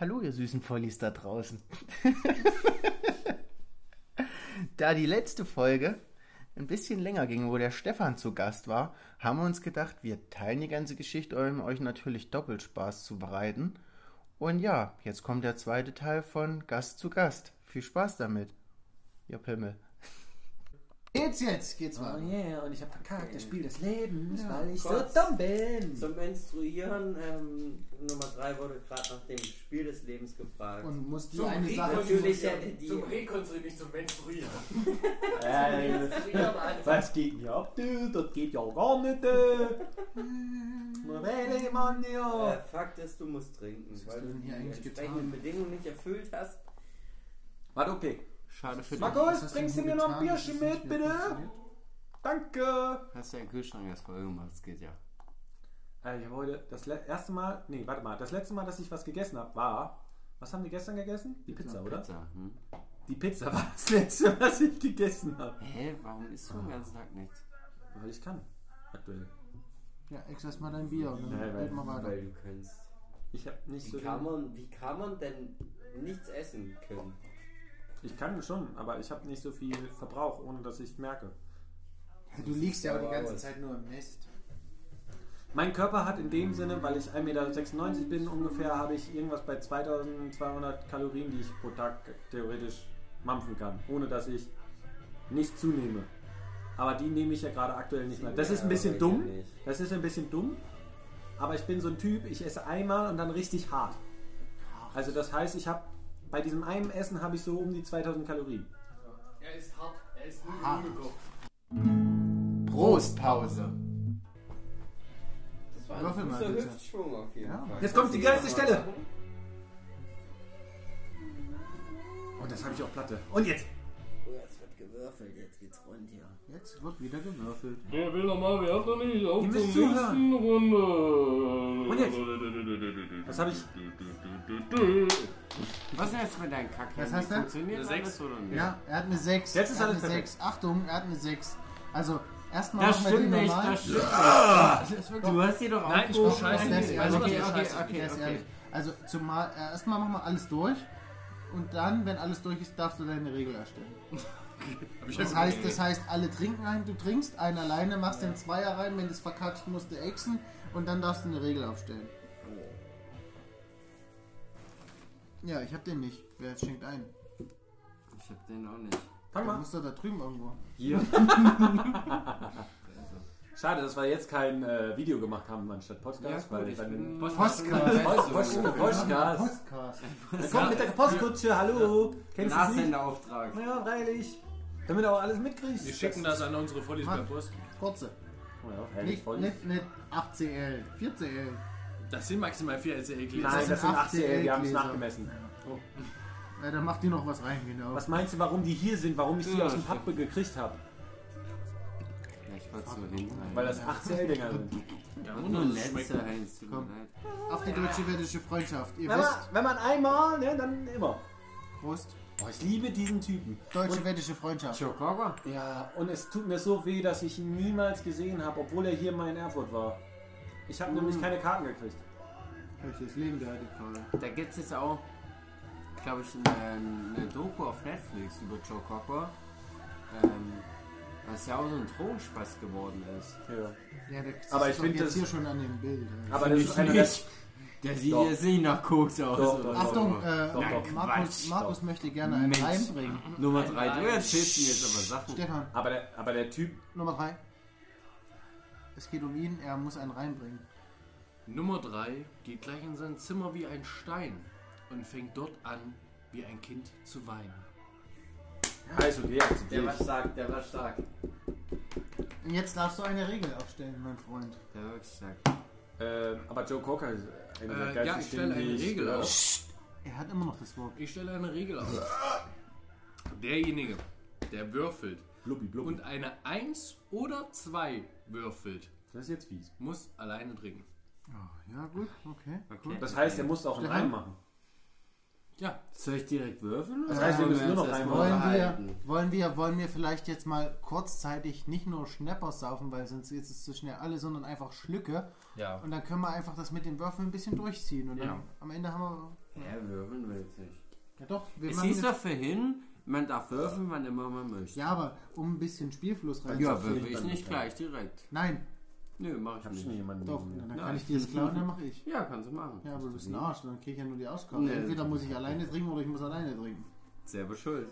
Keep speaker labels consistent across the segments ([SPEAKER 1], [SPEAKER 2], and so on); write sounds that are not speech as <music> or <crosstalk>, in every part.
[SPEAKER 1] Hallo, ihr süßen Vollis da draußen. <laughs> da die letzte Folge ein bisschen länger ging, wo der Stefan zu Gast war, haben wir uns gedacht, wir teilen die ganze Geschichte, um euch natürlich doppelt Spaß zu bereiten. Und ja, jetzt kommt der zweite Teil von Gast zu Gast. Viel Spaß damit. Ihr Pimmel. <laughs> Geht's jetzt, geht's
[SPEAKER 2] Oh
[SPEAKER 1] mal.
[SPEAKER 2] yeah, und ich habe verkackt, das Spiel des Lebens,
[SPEAKER 1] Ja,
[SPEAKER 2] weil ich
[SPEAKER 3] Gott.
[SPEAKER 2] so dumm bin.
[SPEAKER 3] Zum Menstruieren, ähm, Nummer 3 wurde gerade nach dem Spiel des Lebens gefragt.
[SPEAKER 1] Und musst du
[SPEAKER 4] Zum
[SPEAKER 1] eine
[SPEAKER 4] Krieg
[SPEAKER 1] Sache
[SPEAKER 4] konstruieren.
[SPEAKER 3] Natürlich hätte die-
[SPEAKER 4] Zum Rekonstruieren, nicht zum Menstruieren.
[SPEAKER 2] <laughs> Was geht denn ab, du? Das geht ja gar nicht, <laughs> du. Nur wähle Mann,
[SPEAKER 3] äh,
[SPEAKER 2] ja.
[SPEAKER 3] Fakt ist, du musst trinken,
[SPEAKER 1] hast
[SPEAKER 3] weil
[SPEAKER 1] du
[SPEAKER 3] du
[SPEAKER 1] denn
[SPEAKER 3] die
[SPEAKER 1] hier eigentlich
[SPEAKER 3] entsprechenden
[SPEAKER 1] getan?
[SPEAKER 3] Bedingungen nicht erfüllt hast.
[SPEAKER 2] Warte, okay.
[SPEAKER 4] Schade für
[SPEAKER 2] Markus,
[SPEAKER 1] hast du
[SPEAKER 2] bringst du
[SPEAKER 1] denn
[SPEAKER 2] mir noch ein
[SPEAKER 1] getan, dass es
[SPEAKER 2] Bierchen
[SPEAKER 1] nicht
[SPEAKER 2] mit,
[SPEAKER 1] mehr
[SPEAKER 2] bitte?
[SPEAKER 1] funktioniert?
[SPEAKER 2] Danke.
[SPEAKER 4] Hast du ja einen Kühlschrank erst voll gemacht, das geht ja.
[SPEAKER 2] Äh, ich habe heute das le- erste Mal, nee, warte mal, das letzte Mal, dass ich was gegessen habe, war, was haben wir gestern gegessen? Die Pizza, oder?
[SPEAKER 4] Pizza, hm?
[SPEAKER 2] Die Pizza war das letzte, was ich gegessen habe.
[SPEAKER 4] Hä, warum isst du den ganzen Tag nichts?
[SPEAKER 2] Weil ich kann. Aktuell.
[SPEAKER 1] Ja, ex erst mal dein Bier und dann
[SPEAKER 2] Nee, weil-
[SPEAKER 1] geht mal weiter.
[SPEAKER 3] Weil du kannst.
[SPEAKER 2] Ich habe nicht so
[SPEAKER 3] Wie kann, man, wie kann man denn nichts essen können?
[SPEAKER 2] Ich kann schon, aber ich habe nicht so viel Verbrauch, ohne dass ich merke.
[SPEAKER 1] Du liegst ja aber die
[SPEAKER 3] aber
[SPEAKER 1] ganze
[SPEAKER 3] aus.
[SPEAKER 1] Zeit nur im Mist.
[SPEAKER 2] Mein Körper hat in dem Sinne, weil ich 1,96 Meter bin ungefähr, habe ich irgendwas bei 2200 Kalorien, die ich pro Tag theoretisch mampfen kann, ohne dass ich nicht zunehme. Aber die nehme ich ja gerade aktuell nicht mehr. Das ist ein bisschen dumm. Das ist ein bisschen dumm. Aber ich bin so ein Typ, ich esse einmal und dann richtig hart. Also das heißt, ich habe bei diesem einen Essen habe ich so um die 2000 Kalorien.
[SPEAKER 4] Er ist hart, er ist nur
[SPEAKER 1] Hart.
[SPEAKER 4] gekocht.
[SPEAKER 1] Prostpause.
[SPEAKER 3] Das war ein
[SPEAKER 1] Würfel mal,
[SPEAKER 3] guter
[SPEAKER 1] bitte.
[SPEAKER 3] Hüftschwung auf jeden
[SPEAKER 1] Ja.
[SPEAKER 3] Fall.
[SPEAKER 2] Jetzt kommt die
[SPEAKER 3] Kannst du
[SPEAKER 2] geilste
[SPEAKER 3] das mal
[SPEAKER 2] Stelle.
[SPEAKER 3] machen?
[SPEAKER 2] Und Oh, das habe ich auch Platte. Und jetzt.
[SPEAKER 3] Oh, jetzt wird gewürfelt, jetzt geht's rund hier.
[SPEAKER 1] Jetzt wird wieder gewürfelt.
[SPEAKER 5] Wer will nochmal, wer hat noch nicht? Auf
[SPEAKER 2] Ihr
[SPEAKER 5] zur
[SPEAKER 2] müsst
[SPEAKER 5] nächsten
[SPEAKER 2] zuhören.
[SPEAKER 5] Runde.
[SPEAKER 2] Und Das habe ich.
[SPEAKER 4] Was ist denn jetzt mit deinem Kack?
[SPEAKER 1] Was hast du?
[SPEAKER 4] Funktioniert das alles oder nicht?
[SPEAKER 1] Ja, er hat eine 6.
[SPEAKER 2] Jetzt ist
[SPEAKER 1] er hat
[SPEAKER 2] alles
[SPEAKER 1] eine
[SPEAKER 2] perfekt.
[SPEAKER 1] 6. Achtung, er hat eine 6. Also, erstmal
[SPEAKER 4] Das
[SPEAKER 1] machen wir die
[SPEAKER 4] stimmt nicht,
[SPEAKER 1] normal.
[SPEAKER 4] das stimmt nicht. Du hast dir doch
[SPEAKER 5] Nein,
[SPEAKER 4] aufgeschrieben.
[SPEAKER 5] oh,
[SPEAKER 1] Doch,
[SPEAKER 5] scheiße,
[SPEAKER 1] der ist
[SPEAKER 5] nee,
[SPEAKER 1] ehrlich,
[SPEAKER 5] weißt du, was
[SPEAKER 1] der
[SPEAKER 5] ich
[SPEAKER 1] ist
[SPEAKER 5] scheiße,
[SPEAKER 1] ehrlich, der ist
[SPEAKER 4] okay,
[SPEAKER 1] ehrlich.
[SPEAKER 4] okay.
[SPEAKER 1] Also, zumal, äh, erstmal machen wir alles durch. Und dann, wenn alles durch ist, darfst du deine Regel erstellen. Das heißt, das heißt, alle trinken einen, du trinkst, einen alleine, machst den Zweier rein, wenn du es verkackst, musst du exen und dann darfst du eine Regel aufstellen. Ja, ich hab den nicht. Wer schenkt ein?
[SPEAKER 4] Ich hab den auch nicht.
[SPEAKER 2] Fang
[SPEAKER 1] Der
[SPEAKER 2] mal.
[SPEAKER 1] muss doch da drüben irgendwo.
[SPEAKER 2] Hier. <laughs> Schade, dass wir jetzt kein äh, Video gemacht haben anstatt Podcast, weil
[SPEAKER 4] ich
[SPEAKER 2] dann.
[SPEAKER 4] bin
[SPEAKER 1] Postcard.
[SPEAKER 2] Podcast.
[SPEAKER 1] Postcast.
[SPEAKER 2] Dann kommt mit der Postkutsche, hallo. Kennst du sie?
[SPEAKER 4] Nachsenderauftrag.
[SPEAKER 2] Ja, freilich. Damit du auch alles mitkriegst. Oh
[SPEAKER 5] Wir schicken das an unsere Vollis per Post.
[SPEAKER 1] Kurze.
[SPEAKER 2] Ja, freilich,
[SPEAKER 1] Nicht,
[SPEAKER 2] voll.
[SPEAKER 1] nicht, nicht 8CL, 4CL.
[SPEAKER 5] Das sind maximal vier SE-Gläser.
[SPEAKER 2] Nein, das sind 8
[SPEAKER 1] 8CL,
[SPEAKER 2] wir haben es
[SPEAKER 1] Gläser.
[SPEAKER 2] nachgemessen.
[SPEAKER 1] Ja, dann Äh, macht ihr noch was rein, genau.
[SPEAKER 2] Was meinst du, warum die hier sind, warum ich die
[SPEAKER 4] Ja,
[SPEAKER 2] aus dem
[SPEAKER 4] stimmt.
[SPEAKER 2] Pappe gekriegt habe?
[SPEAKER 4] Ich wollte nur hinten rein.
[SPEAKER 2] Weil das 18 Dinger sind.
[SPEAKER 5] Ja,
[SPEAKER 4] Und nur
[SPEAKER 5] und das schmeckt.
[SPEAKER 4] letzte Heinz, tut mir
[SPEAKER 1] Komm.
[SPEAKER 4] leid.
[SPEAKER 1] Auf die deutsche-schwedische Freundschaft. Ihr
[SPEAKER 2] Wenn man,
[SPEAKER 1] wisst,
[SPEAKER 2] wenn man einmal, ne, dann immer.
[SPEAKER 1] Prost.
[SPEAKER 2] Boah, ich liebe diesen Typen.
[SPEAKER 1] Deutsche-schwedische Freundschaft.
[SPEAKER 4] Schokoga?
[SPEAKER 2] Ja, und es tut mir so weh, dass ich ihn niemals gesehen habe, obwohl er hier mal in Erfurt war. Ich habe nämlich keine Karten gekriegt.
[SPEAKER 1] Welches Leben gehalten gerade.
[SPEAKER 4] Da gibt es jetzt auch, glaube ich, eine, eine Doku auf Netflix über Joe Cocker. Ähm, was ja auch so ein Thronspaß geworden ist.
[SPEAKER 2] Ja.
[SPEAKER 1] Ja, das
[SPEAKER 2] Aber
[SPEAKER 1] ist
[SPEAKER 2] ich
[SPEAKER 1] doch
[SPEAKER 2] find
[SPEAKER 1] jetzt
[SPEAKER 2] das-
[SPEAKER 1] hier schon an dem Bild. ja.
[SPEAKER 2] Aber das
[SPEAKER 4] Find
[SPEAKER 2] ist
[SPEAKER 4] ich
[SPEAKER 2] einer der.
[SPEAKER 4] nicht. Der sieht
[SPEAKER 2] Doch.
[SPEAKER 4] jetzt nicht nach Koks aus.
[SPEAKER 2] Doch,
[SPEAKER 4] oder
[SPEAKER 2] doch,
[SPEAKER 4] so.
[SPEAKER 1] Achtung, äh,
[SPEAKER 2] Also, Doch, doch.
[SPEAKER 1] Markus,
[SPEAKER 4] Quatsch,
[SPEAKER 1] Markus möchte gerne einen
[SPEAKER 4] Mensch.
[SPEAKER 1] reinbringen.
[SPEAKER 4] Nummer 3, du erzählst mir jetzt aber Sachen.
[SPEAKER 1] Stefan,
[SPEAKER 2] Aber der, aber der Typ.
[SPEAKER 1] Nummer 3. Es geht um ihn, er muss einen reinbringen.
[SPEAKER 5] Nummer 3 geht gleich in sein Zimmer wie ein Stein und fängt dort an, wie ein Kind zu weinen.
[SPEAKER 2] Also, der
[SPEAKER 3] Der war
[SPEAKER 2] akzeptiert.
[SPEAKER 3] stark, der war stark.
[SPEAKER 1] Und jetzt darfst du eine Regel aufstellen, mein Freund.
[SPEAKER 4] Der wirklich sagt,
[SPEAKER 2] Äh, aber Joe Cocker ist einer der
[SPEAKER 5] Äh,
[SPEAKER 2] geilsten
[SPEAKER 5] ja, ich stelle
[SPEAKER 2] Stimmen, die
[SPEAKER 5] eine
[SPEAKER 2] ich
[SPEAKER 5] Regel
[SPEAKER 2] gehört
[SPEAKER 5] auf.
[SPEAKER 1] Er hat immer noch das Wort.
[SPEAKER 5] Ich stelle eine Regel auf. Derjenige, der würfelt
[SPEAKER 2] habe. Blubbi, blubbi.
[SPEAKER 5] und eine 1 oder 2 würfelt,
[SPEAKER 2] das ist jetzt fies.
[SPEAKER 5] muss alleine trinken.
[SPEAKER 1] Oh, ja, gut, okay.
[SPEAKER 4] okay.
[SPEAKER 2] Das heißt, er muss auch einen
[SPEAKER 1] Stefan?
[SPEAKER 2] reinmachen.
[SPEAKER 5] Ja,
[SPEAKER 4] Soll ich direkt würfeln?
[SPEAKER 2] Das heißt, wir müssen nur noch einmal
[SPEAKER 1] Wollen wir,
[SPEAKER 4] halten.
[SPEAKER 1] wollen, wir, wollen wir vielleicht jetzt mal kurzzeitig nicht nur Schnäppers saufen, weil sonst ist es zu schnell alle, sondern einfach Schlücke.
[SPEAKER 5] ja.
[SPEAKER 1] Und dann können wir einfach das mit den Würfeln ein bisschen durchziehen. Und dann
[SPEAKER 5] Ja.
[SPEAKER 1] am Ende haben
[SPEAKER 4] Ja, würfeln will ich nicht.
[SPEAKER 1] wir. Ja, doch, wir
[SPEAKER 4] Es
[SPEAKER 1] machen.
[SPEAKER 4] hieß
[SPEAKER 1] Jetzt,
[SPEAKER 4] doch vorhin, man darf würfeln, wann immer man möchte.
[SPEAKER 1] ja, aber um ein bisschen Spielfluss rein.
[SPEAKER 4] ja würfel ich
[SPEAKER 2] dann
[SPEAKER 4] nicht
[SPEAKER 2] nicht.
[SPEAKER 4] gleich direkt.
[SPEAKER 1] Nein,
[SPEAKER 4] Nö, mach
[SPEAKER 2] Ich
[SPEAKER 4] ich
[SPEAKER 2] hab
[SPEAKER 4] nicht.
[SPEAKER 2] schon jemanden.
[SPEAKER 1] doch,
[SPEAKER 2] neben mir.
[SPEAKER 1] dann kann
[SPEAKER 4] Nein.
[SPEAKER 1] ich dir das klauen, dann mache ich.
[SPEAKER 4] Ja, kannst du machen.
[SPEAKER 1] Ja, aber du bist ein Arsch, dann kriege ich ja nur die Auskarte.
[SPEAKER 4] Nee.
[SPEAKER 1] Entweder muss ich alleine trinken oder ich muss alleine trinken.
[SPEAKER 4] Selber schuld.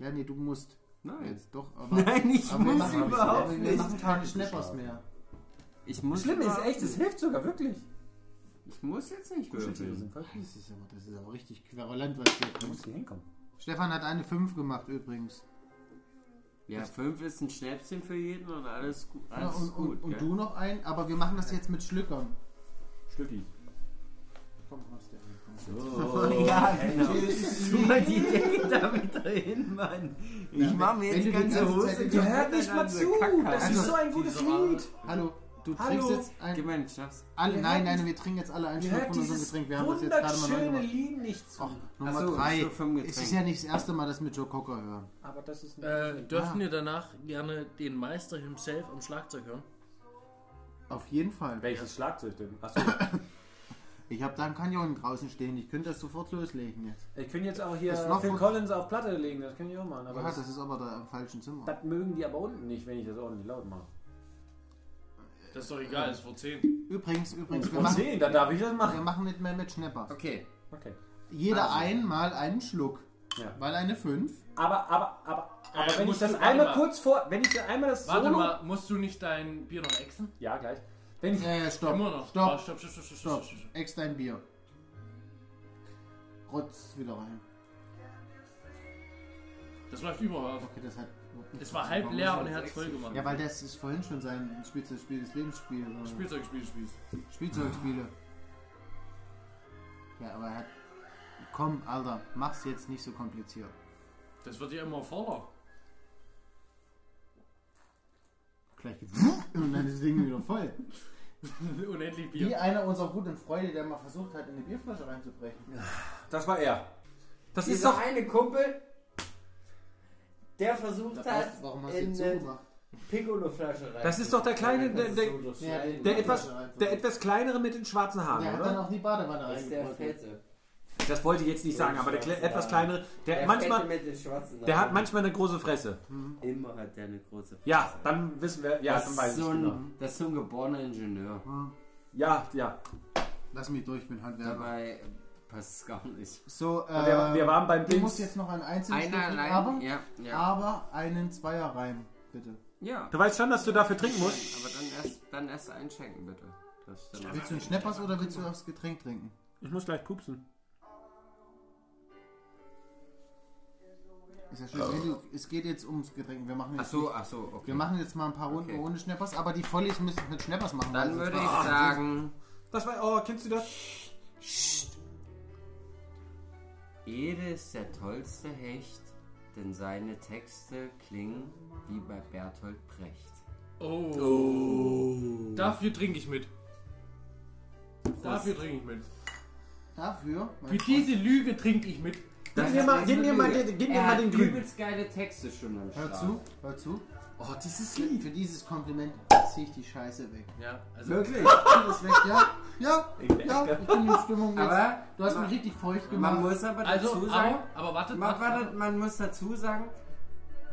[SPEAKER 1] Ja, nee, du musst.
[SPEAKER 4] Nein.
[SPEAKER 1] Jetzt doch, aber.
[SPEAKER 4] <laughs> Nein, ich
[SPEAKER 1] aber wir
[SPEAKER 4] muss
[SPEAKER 1] machen,
[SPEAKER 4] überhaupt
[SPEAKER 1] wir, wir
[SPEAKER 4] nicht.
[SPEAKER 1] machen keine Schnäppers mehr.
[SPEAKER 4] Ich muss
[SPEAKER 2] Schlimm ist
[SPEAKER 4] überhaupt
[SPEAKER 2] echt, es
[SPEAKER 4] nicht.
[SPEAKER 2] hilft sogar wirklich.
[SPEAKER 4] Ich muss jetzt nicht
[SPEAKER 2] Kuscheltiere
[SPEAKER 4] würfeln.
[SPEAKER 2] sind voll.
[SPEAKER 1] Das ist aber, das ist aber richtig querulent, was hier
[SPEAKER 2] Da
[SPEAKER 1] kommt.
[SPEAKER 2] musst du hinkommen.
[SPEAKER 1] Stefan hat eine 5 gemacht übrigens.
[SPEAKER 4] Ja, fünf ist ein Schnäpschen für jeden und alles, gu
[SPEAKER 1] Ja,
[SPEAKER 4] alles
[SPEAKER 1] und,
[SPEAKER 4] ist gut.
[SPEAKER 1] und, und
[SPEAKER 4] gell? <laughs>
[SPEAKER 1] du noch ein, aber wir machen das jetzt mit Schlückern.
[SPEAKER 2] Stücki.
[SPEAKER 1] Komm, raus, der Komm.
[SPEAKER 2] <laughs>
[SPEAKER 4] Oh, ja, genau. Tu mal die Decke damit rein, <laughs> Mann. Ich
[SPEAKER 1] Ja,
[SPEAKER 4] mach mir
[SPEAKER 1] wenn
[SPEAKER 4] jetzt die
[SPEAKER 1] du die
[SPEAKER 4] ganze
[SPEAKER 1] ganze
[SPEAKER 4] Hose.
[SPEAKER 1] Zeit-
[SPEAKER 4] komplett
[SPEAKER 1] Ihr
[SPEAKER 2] genau. hört nicht
[SPEAKER 4] an
[SPEAKER 2] mal
[SPEAKER 4] diese
[SPEAKER 2] zu,
[SPEAKER 4] Kacke.
[SPEAKER 2] das ist
[SPEAKER 4] Also,
[SPEAKER 2] so ein gutes Lied.
[SPEAKER 1] Hallo, du trinkst
[SPEAKER 2] Hallo.
[SPEAKER 1] jetzt
[SPEAKER 4] Gib
[SPEAKER 1] ein.
[SPEAKER 4] mir einen Schnaps.
[SPEAKER 1] Alle,
[SPEAKER 2] Ihr
[SPEAKER 1] nein,
[SPEAKER 2] hört
[SPEAKER 1] nein,
[SPEAKER 2] nicht-
[SPEAKER 1] wir trinken jetzt alle einen
[SPEAKER 2] Ihr
[SPEAKER 1] Schluck
[SPEAKER 2] hört
[SPEAKER 1] von unserem
[SPEAKER 2] dieses
[SPEAKER 1] Getränk. Wir haben das jetzt gerade mal neu
[SPEAKER 2] wunderschöne
[SPEAKER 1] gemacht.
[SPEAKER 2] Lied nicht zu.
[SPEAKER 1] Ach, Nummer
[SPEAKER 4] Ach so,
[SPEAKER 1] 3.
[SPEAKER 4] so vom
[SPEAKER 1] es ist
[SPEAKER 4] Getränk.
[SPEAKER 1] ja nicht das erste Mal, dass wir Joe Cocker hören.
[SPEAKER 2] Aber das ist
[SPEAKER 5] Äh,
[SPEAKER 2] ein
[SPEAKER 4] Ah.
[SPEAKER 5] dürfen
[SPEAKER 1] Ja.
[SPEAKER 5] wir danach gerne den Meister himself am Schlagzeug hören?
[SPEAKER 1] Auf jeden Fall.
[SPEAKER 2] Welches Schlagzeug denn? Achso,
[SPEAKER 1] Ich habe da einen Kanyon draußen stehen. Ich könnte das sofort loslegen jetzt.
[SPEAKER 2] <laughs> ich könnte jetzt auch hier
[SPEAKER 1] Ist noch
[SPEAKER 2] Phil
[SPEAKER 1] was?
[SPEAKER 2] Collins auf Platte legen, das kann ich auch machen. Aber
[SPEAKER 1] Ah,
[SPEAKER 2] das,
[SPEAKER 1] das ist aber da im falschen Zimmer.
[SPEAKER 2] das mögen die aber unten nicht, wenn ich das ordentlich laut mache.
[SPEAKER 5] Das ist doch egal, ist vor 10.
[SPEAKER 1] Übrigens, übrigens, wir
[SPEAKER 2] Vor
[SPEAKER 1] machen,
[SPEAKER 2] 10, dann darf ich das
[SPEAKER 1] wir
[SPEAKER 2] machen.
[SPEAKER 1] machen nicht mehr mit Schnäpper.
[SPEAKER 4] Okay.
[SPEAKER 2] Okay.
[SPEAKER 1] Jeder einmal einen Schluck.
[SPEAKER 2] Ja.
[SPEAKER 1] Weil eine 5.
[SPEAKER 2] Aber, aber, aber, aber
[SPEAKER 5] Äh,
[SPEAKER 2] wenn ich
[SPEAKER 5] musst
[SPEAKER 2] das
[SPEAKER 5] du-
[SPEAKER 2] einmal
[SPEAKER 5] warte mal.
[SPEAKER 2] kurz vor, wenn ich das einmal das
[SPEAKER 5] Warte
[SPEAKER 2] Solo...
[SPEAKER 5] mal, musst du nicht dein Bier noch exen?
[SPEAKER 2] Ja, gleich. Wenn ich...
[SPEAKER 1] Äh, stopp.
[SPEAKER 5] Immer noch. Ah,
[SPEAKER 1] Stopp.
[SPEAKER 5] stopp, stopp, stopp, stopp,
[SPEAKER 1] Stopp.
[SPEAKER 5] stopp, stopp.
[SPEAKER 1] Ex dein Bier. Rotz wieder rein.
[SPEAKER 5] Das läuft überall.
[SPEAKER 1] Okay, das hat.
[SPEAKER 5] Es war halb
[SPEAKER 4] Warum
[SPEAKER 5] leer
[SPEAKER 4] muss
[SPEAKER 5] und
[SPEAKER 4] das
[SPEAKER 5] er hat
[SPEAKER 4] exen?
[SPEAKER 5] voll gemacht.
[SPEAKER 1] Ja, weil das ist vorhin schon sein Spielzeug, Spiel des Lebensspiel. äh,
[SPEAKER 5] Spielzeug, Spiel, Spiel.
[SPEAKER 1] Spielzeugspiele. Ja, aber er hat. Komm, Alter, mach's jetzt nicht so kompliziert.
[SPEAKER 5] Das wird ja immer voller. <laughs>
[SPEAKER 1] Gleich geht's <laughs> und dann ist das Ding wieder voll.
[SPEAKER 5] Unendlich
[SPEAKER 1] Wie
[SPEAKER 5] Bier.
[SPEAKER 1] einer unserer guten Freunde, der mal versucht hat, in eine Bierflasche reinzubrechen.
[SPEAKER 2] Das war er. Das ist
[SPEAKER 3] Dieser
[SPEAKER 2] doch...
[SPEAKER 3] eine Kumpel, der versucht hat,
[SPEAKER 1] Warum hast du
[SPEAKER 3] in
[SPEAKER 1] jetzt so
[SPEAKER 3] eine
[SPEAKER 1] gemacht?
[SPEAKER 3] Piccolo-Flasche rein.
[SPEAKER 2] Das ist doch der kleine, der, der, der
[SPEAKER 1] Ja,
[SPEAKER 2] etwas,
[SPEAKER 1] das ist einfach.
[SPEAKER 2] der etwas kleinere mit den schwarzen Haaren,
[SPEAKER 1] Der hat dann
[SPEAKER 2] oder?
[SPEAKER 1] auch in die Badewanne
[SPEAKER 3] Das ist der
[SPEAKER 1] reingebracht.
[SPEAKER 3] Fette.
[SPEAKER 2] Das wollte ich jetzt nicht sagen, aber der kle- etwas kleinere, der,
[SPEAKER 3] Der
[SPEAKER 2] manchmal,
[SPEAKER 3] Fette mit den schwarzen
[SPEAKER 2] der hat
[SPEAKER 3] Augen.
[SPEAKER 2] manchmal eine große Fresse.
[SPEAKER 3] Immer hat der eine große Fresse.
[SPEAKER 2] Ja, dann wissen wir, ja,
[SPEAKER 4] Das
[SPEAKER 2] dann weiß
[SPEAKER 4] ist
[SPEAKER 2] ich
[SPEAKER 4] so
[SPEAKER 2] genau.
[SPEAKER 4] ein, das ist so ein geborener Ingenieur.
[SPEAKER 2] Ja, ja.
[SPEAKER 1] Lass mich durch, ich bin Handwerker.
[SPEAKER 4] Dabei passt es gar nicht.
[SPEAKER 1] So, äh,
[SPEAKER 2] Wir, wir waren beim
[SPEAKER 1] du musst
[SPEAKER 2] Dings.
[SPEAKER 1] jetzt noch einen einzelnen
[SPEAKER 4] Einer
[SPEAKER 1] Schluck
[SPEAKER 4] allein.
[SPEAKER 1] aber,
[SPEAKER 4] ja, ja.
[SPEAKER 1] aber einen Zweier rein, bitte.
[SPEAKER 4] ja.
[SPEAKER 2] Du weißt schon, dass du dafür trinken musst.
[SPEAKER 4] Aber dann erst, dann erst einschenken, bitte. Das ist dann
[SPEAKER 1] Willst du einen Schnappers oder willst du
[SPEAKER 4] Genau.
[SPEAKER 1] aufs Getränk trinken?
[SPEAKER 2] Ich muss gleich pupsen.
[SPEAKER 1] Ist ja schön. Wenn du, es geht jetzt ums Getränk. Wir machen
[SPEAKER 4] ach
[SPEAKER 1] jetzt,
[SPEAKER 4] so, ach so, okay.
[SPEAKER 1] wir machen jetzt mal ein paar Runden
[SPEAKER 4] Okay.
[SPEAKER 1] ohne Schnappers, aber die Vollis müssen mit Schnappers machen.
[SPEAKER 4] Dann
[SPEAKER 1] weil sonst-
[SPEAKER 4] würde ich sagen,
[SPEAKER 2] Das war, oh, kennst du das?
[SPEAKER 4] Ede ist der tollste Hecht, denn seine Texte klingen wie bei Bertolt Brecht.
[SPEAKER 5] Oh. Dafür trinke ich mit. Dafür trinke ich mit.
[SPEAKER 1] Dafür?
[SPEAKER 5] Für diese Lüge trinke ich mit.
[SPEAKER 2] Gib mir mal, gib mir mal, den- gib mir
[SPEAKER 4] er
[SPEAKER 2] mal
[SPEAKER 4] hat
[SPEAKER 2] den grünen.
[SPEAKER 4] übelst geile Texte schon am
[SPEAKER 1] Hör
[SPEAKER 4] Start.
[SPEAKER 1] zu, hör zu.
[SPEAKER 2] Oh, dieses
[SPEAKER 1] Für dieses Kompliment ziehe ich die Scheiße weg.
[SPEAKER 5] Ja, also.
[SPEAKER 4] Wirklich?
[SPEAKER 1] Zieh das weg, ja? Ja, ja, ich bin in Stimmung jetzt.
[SPEAKER 4] Aber
[SPEAKER 1] du hast mich
[SPEAKER 4] man,
[SPEAKER 1] richtig feucht
[SPEAKER 4] man
[SPEAKER 1] gemacht.
[SPEAKER 4] muss aber dazu
[SPEAKER 5] Also,
[SPEAKER 4] sagen,
[SPEAKER 5] aber, aber wartet,
[SPEAKER 4] man,
[SPEAKER 5] wartet,
[SPEAKER 4] warte, man muss dazu sagen,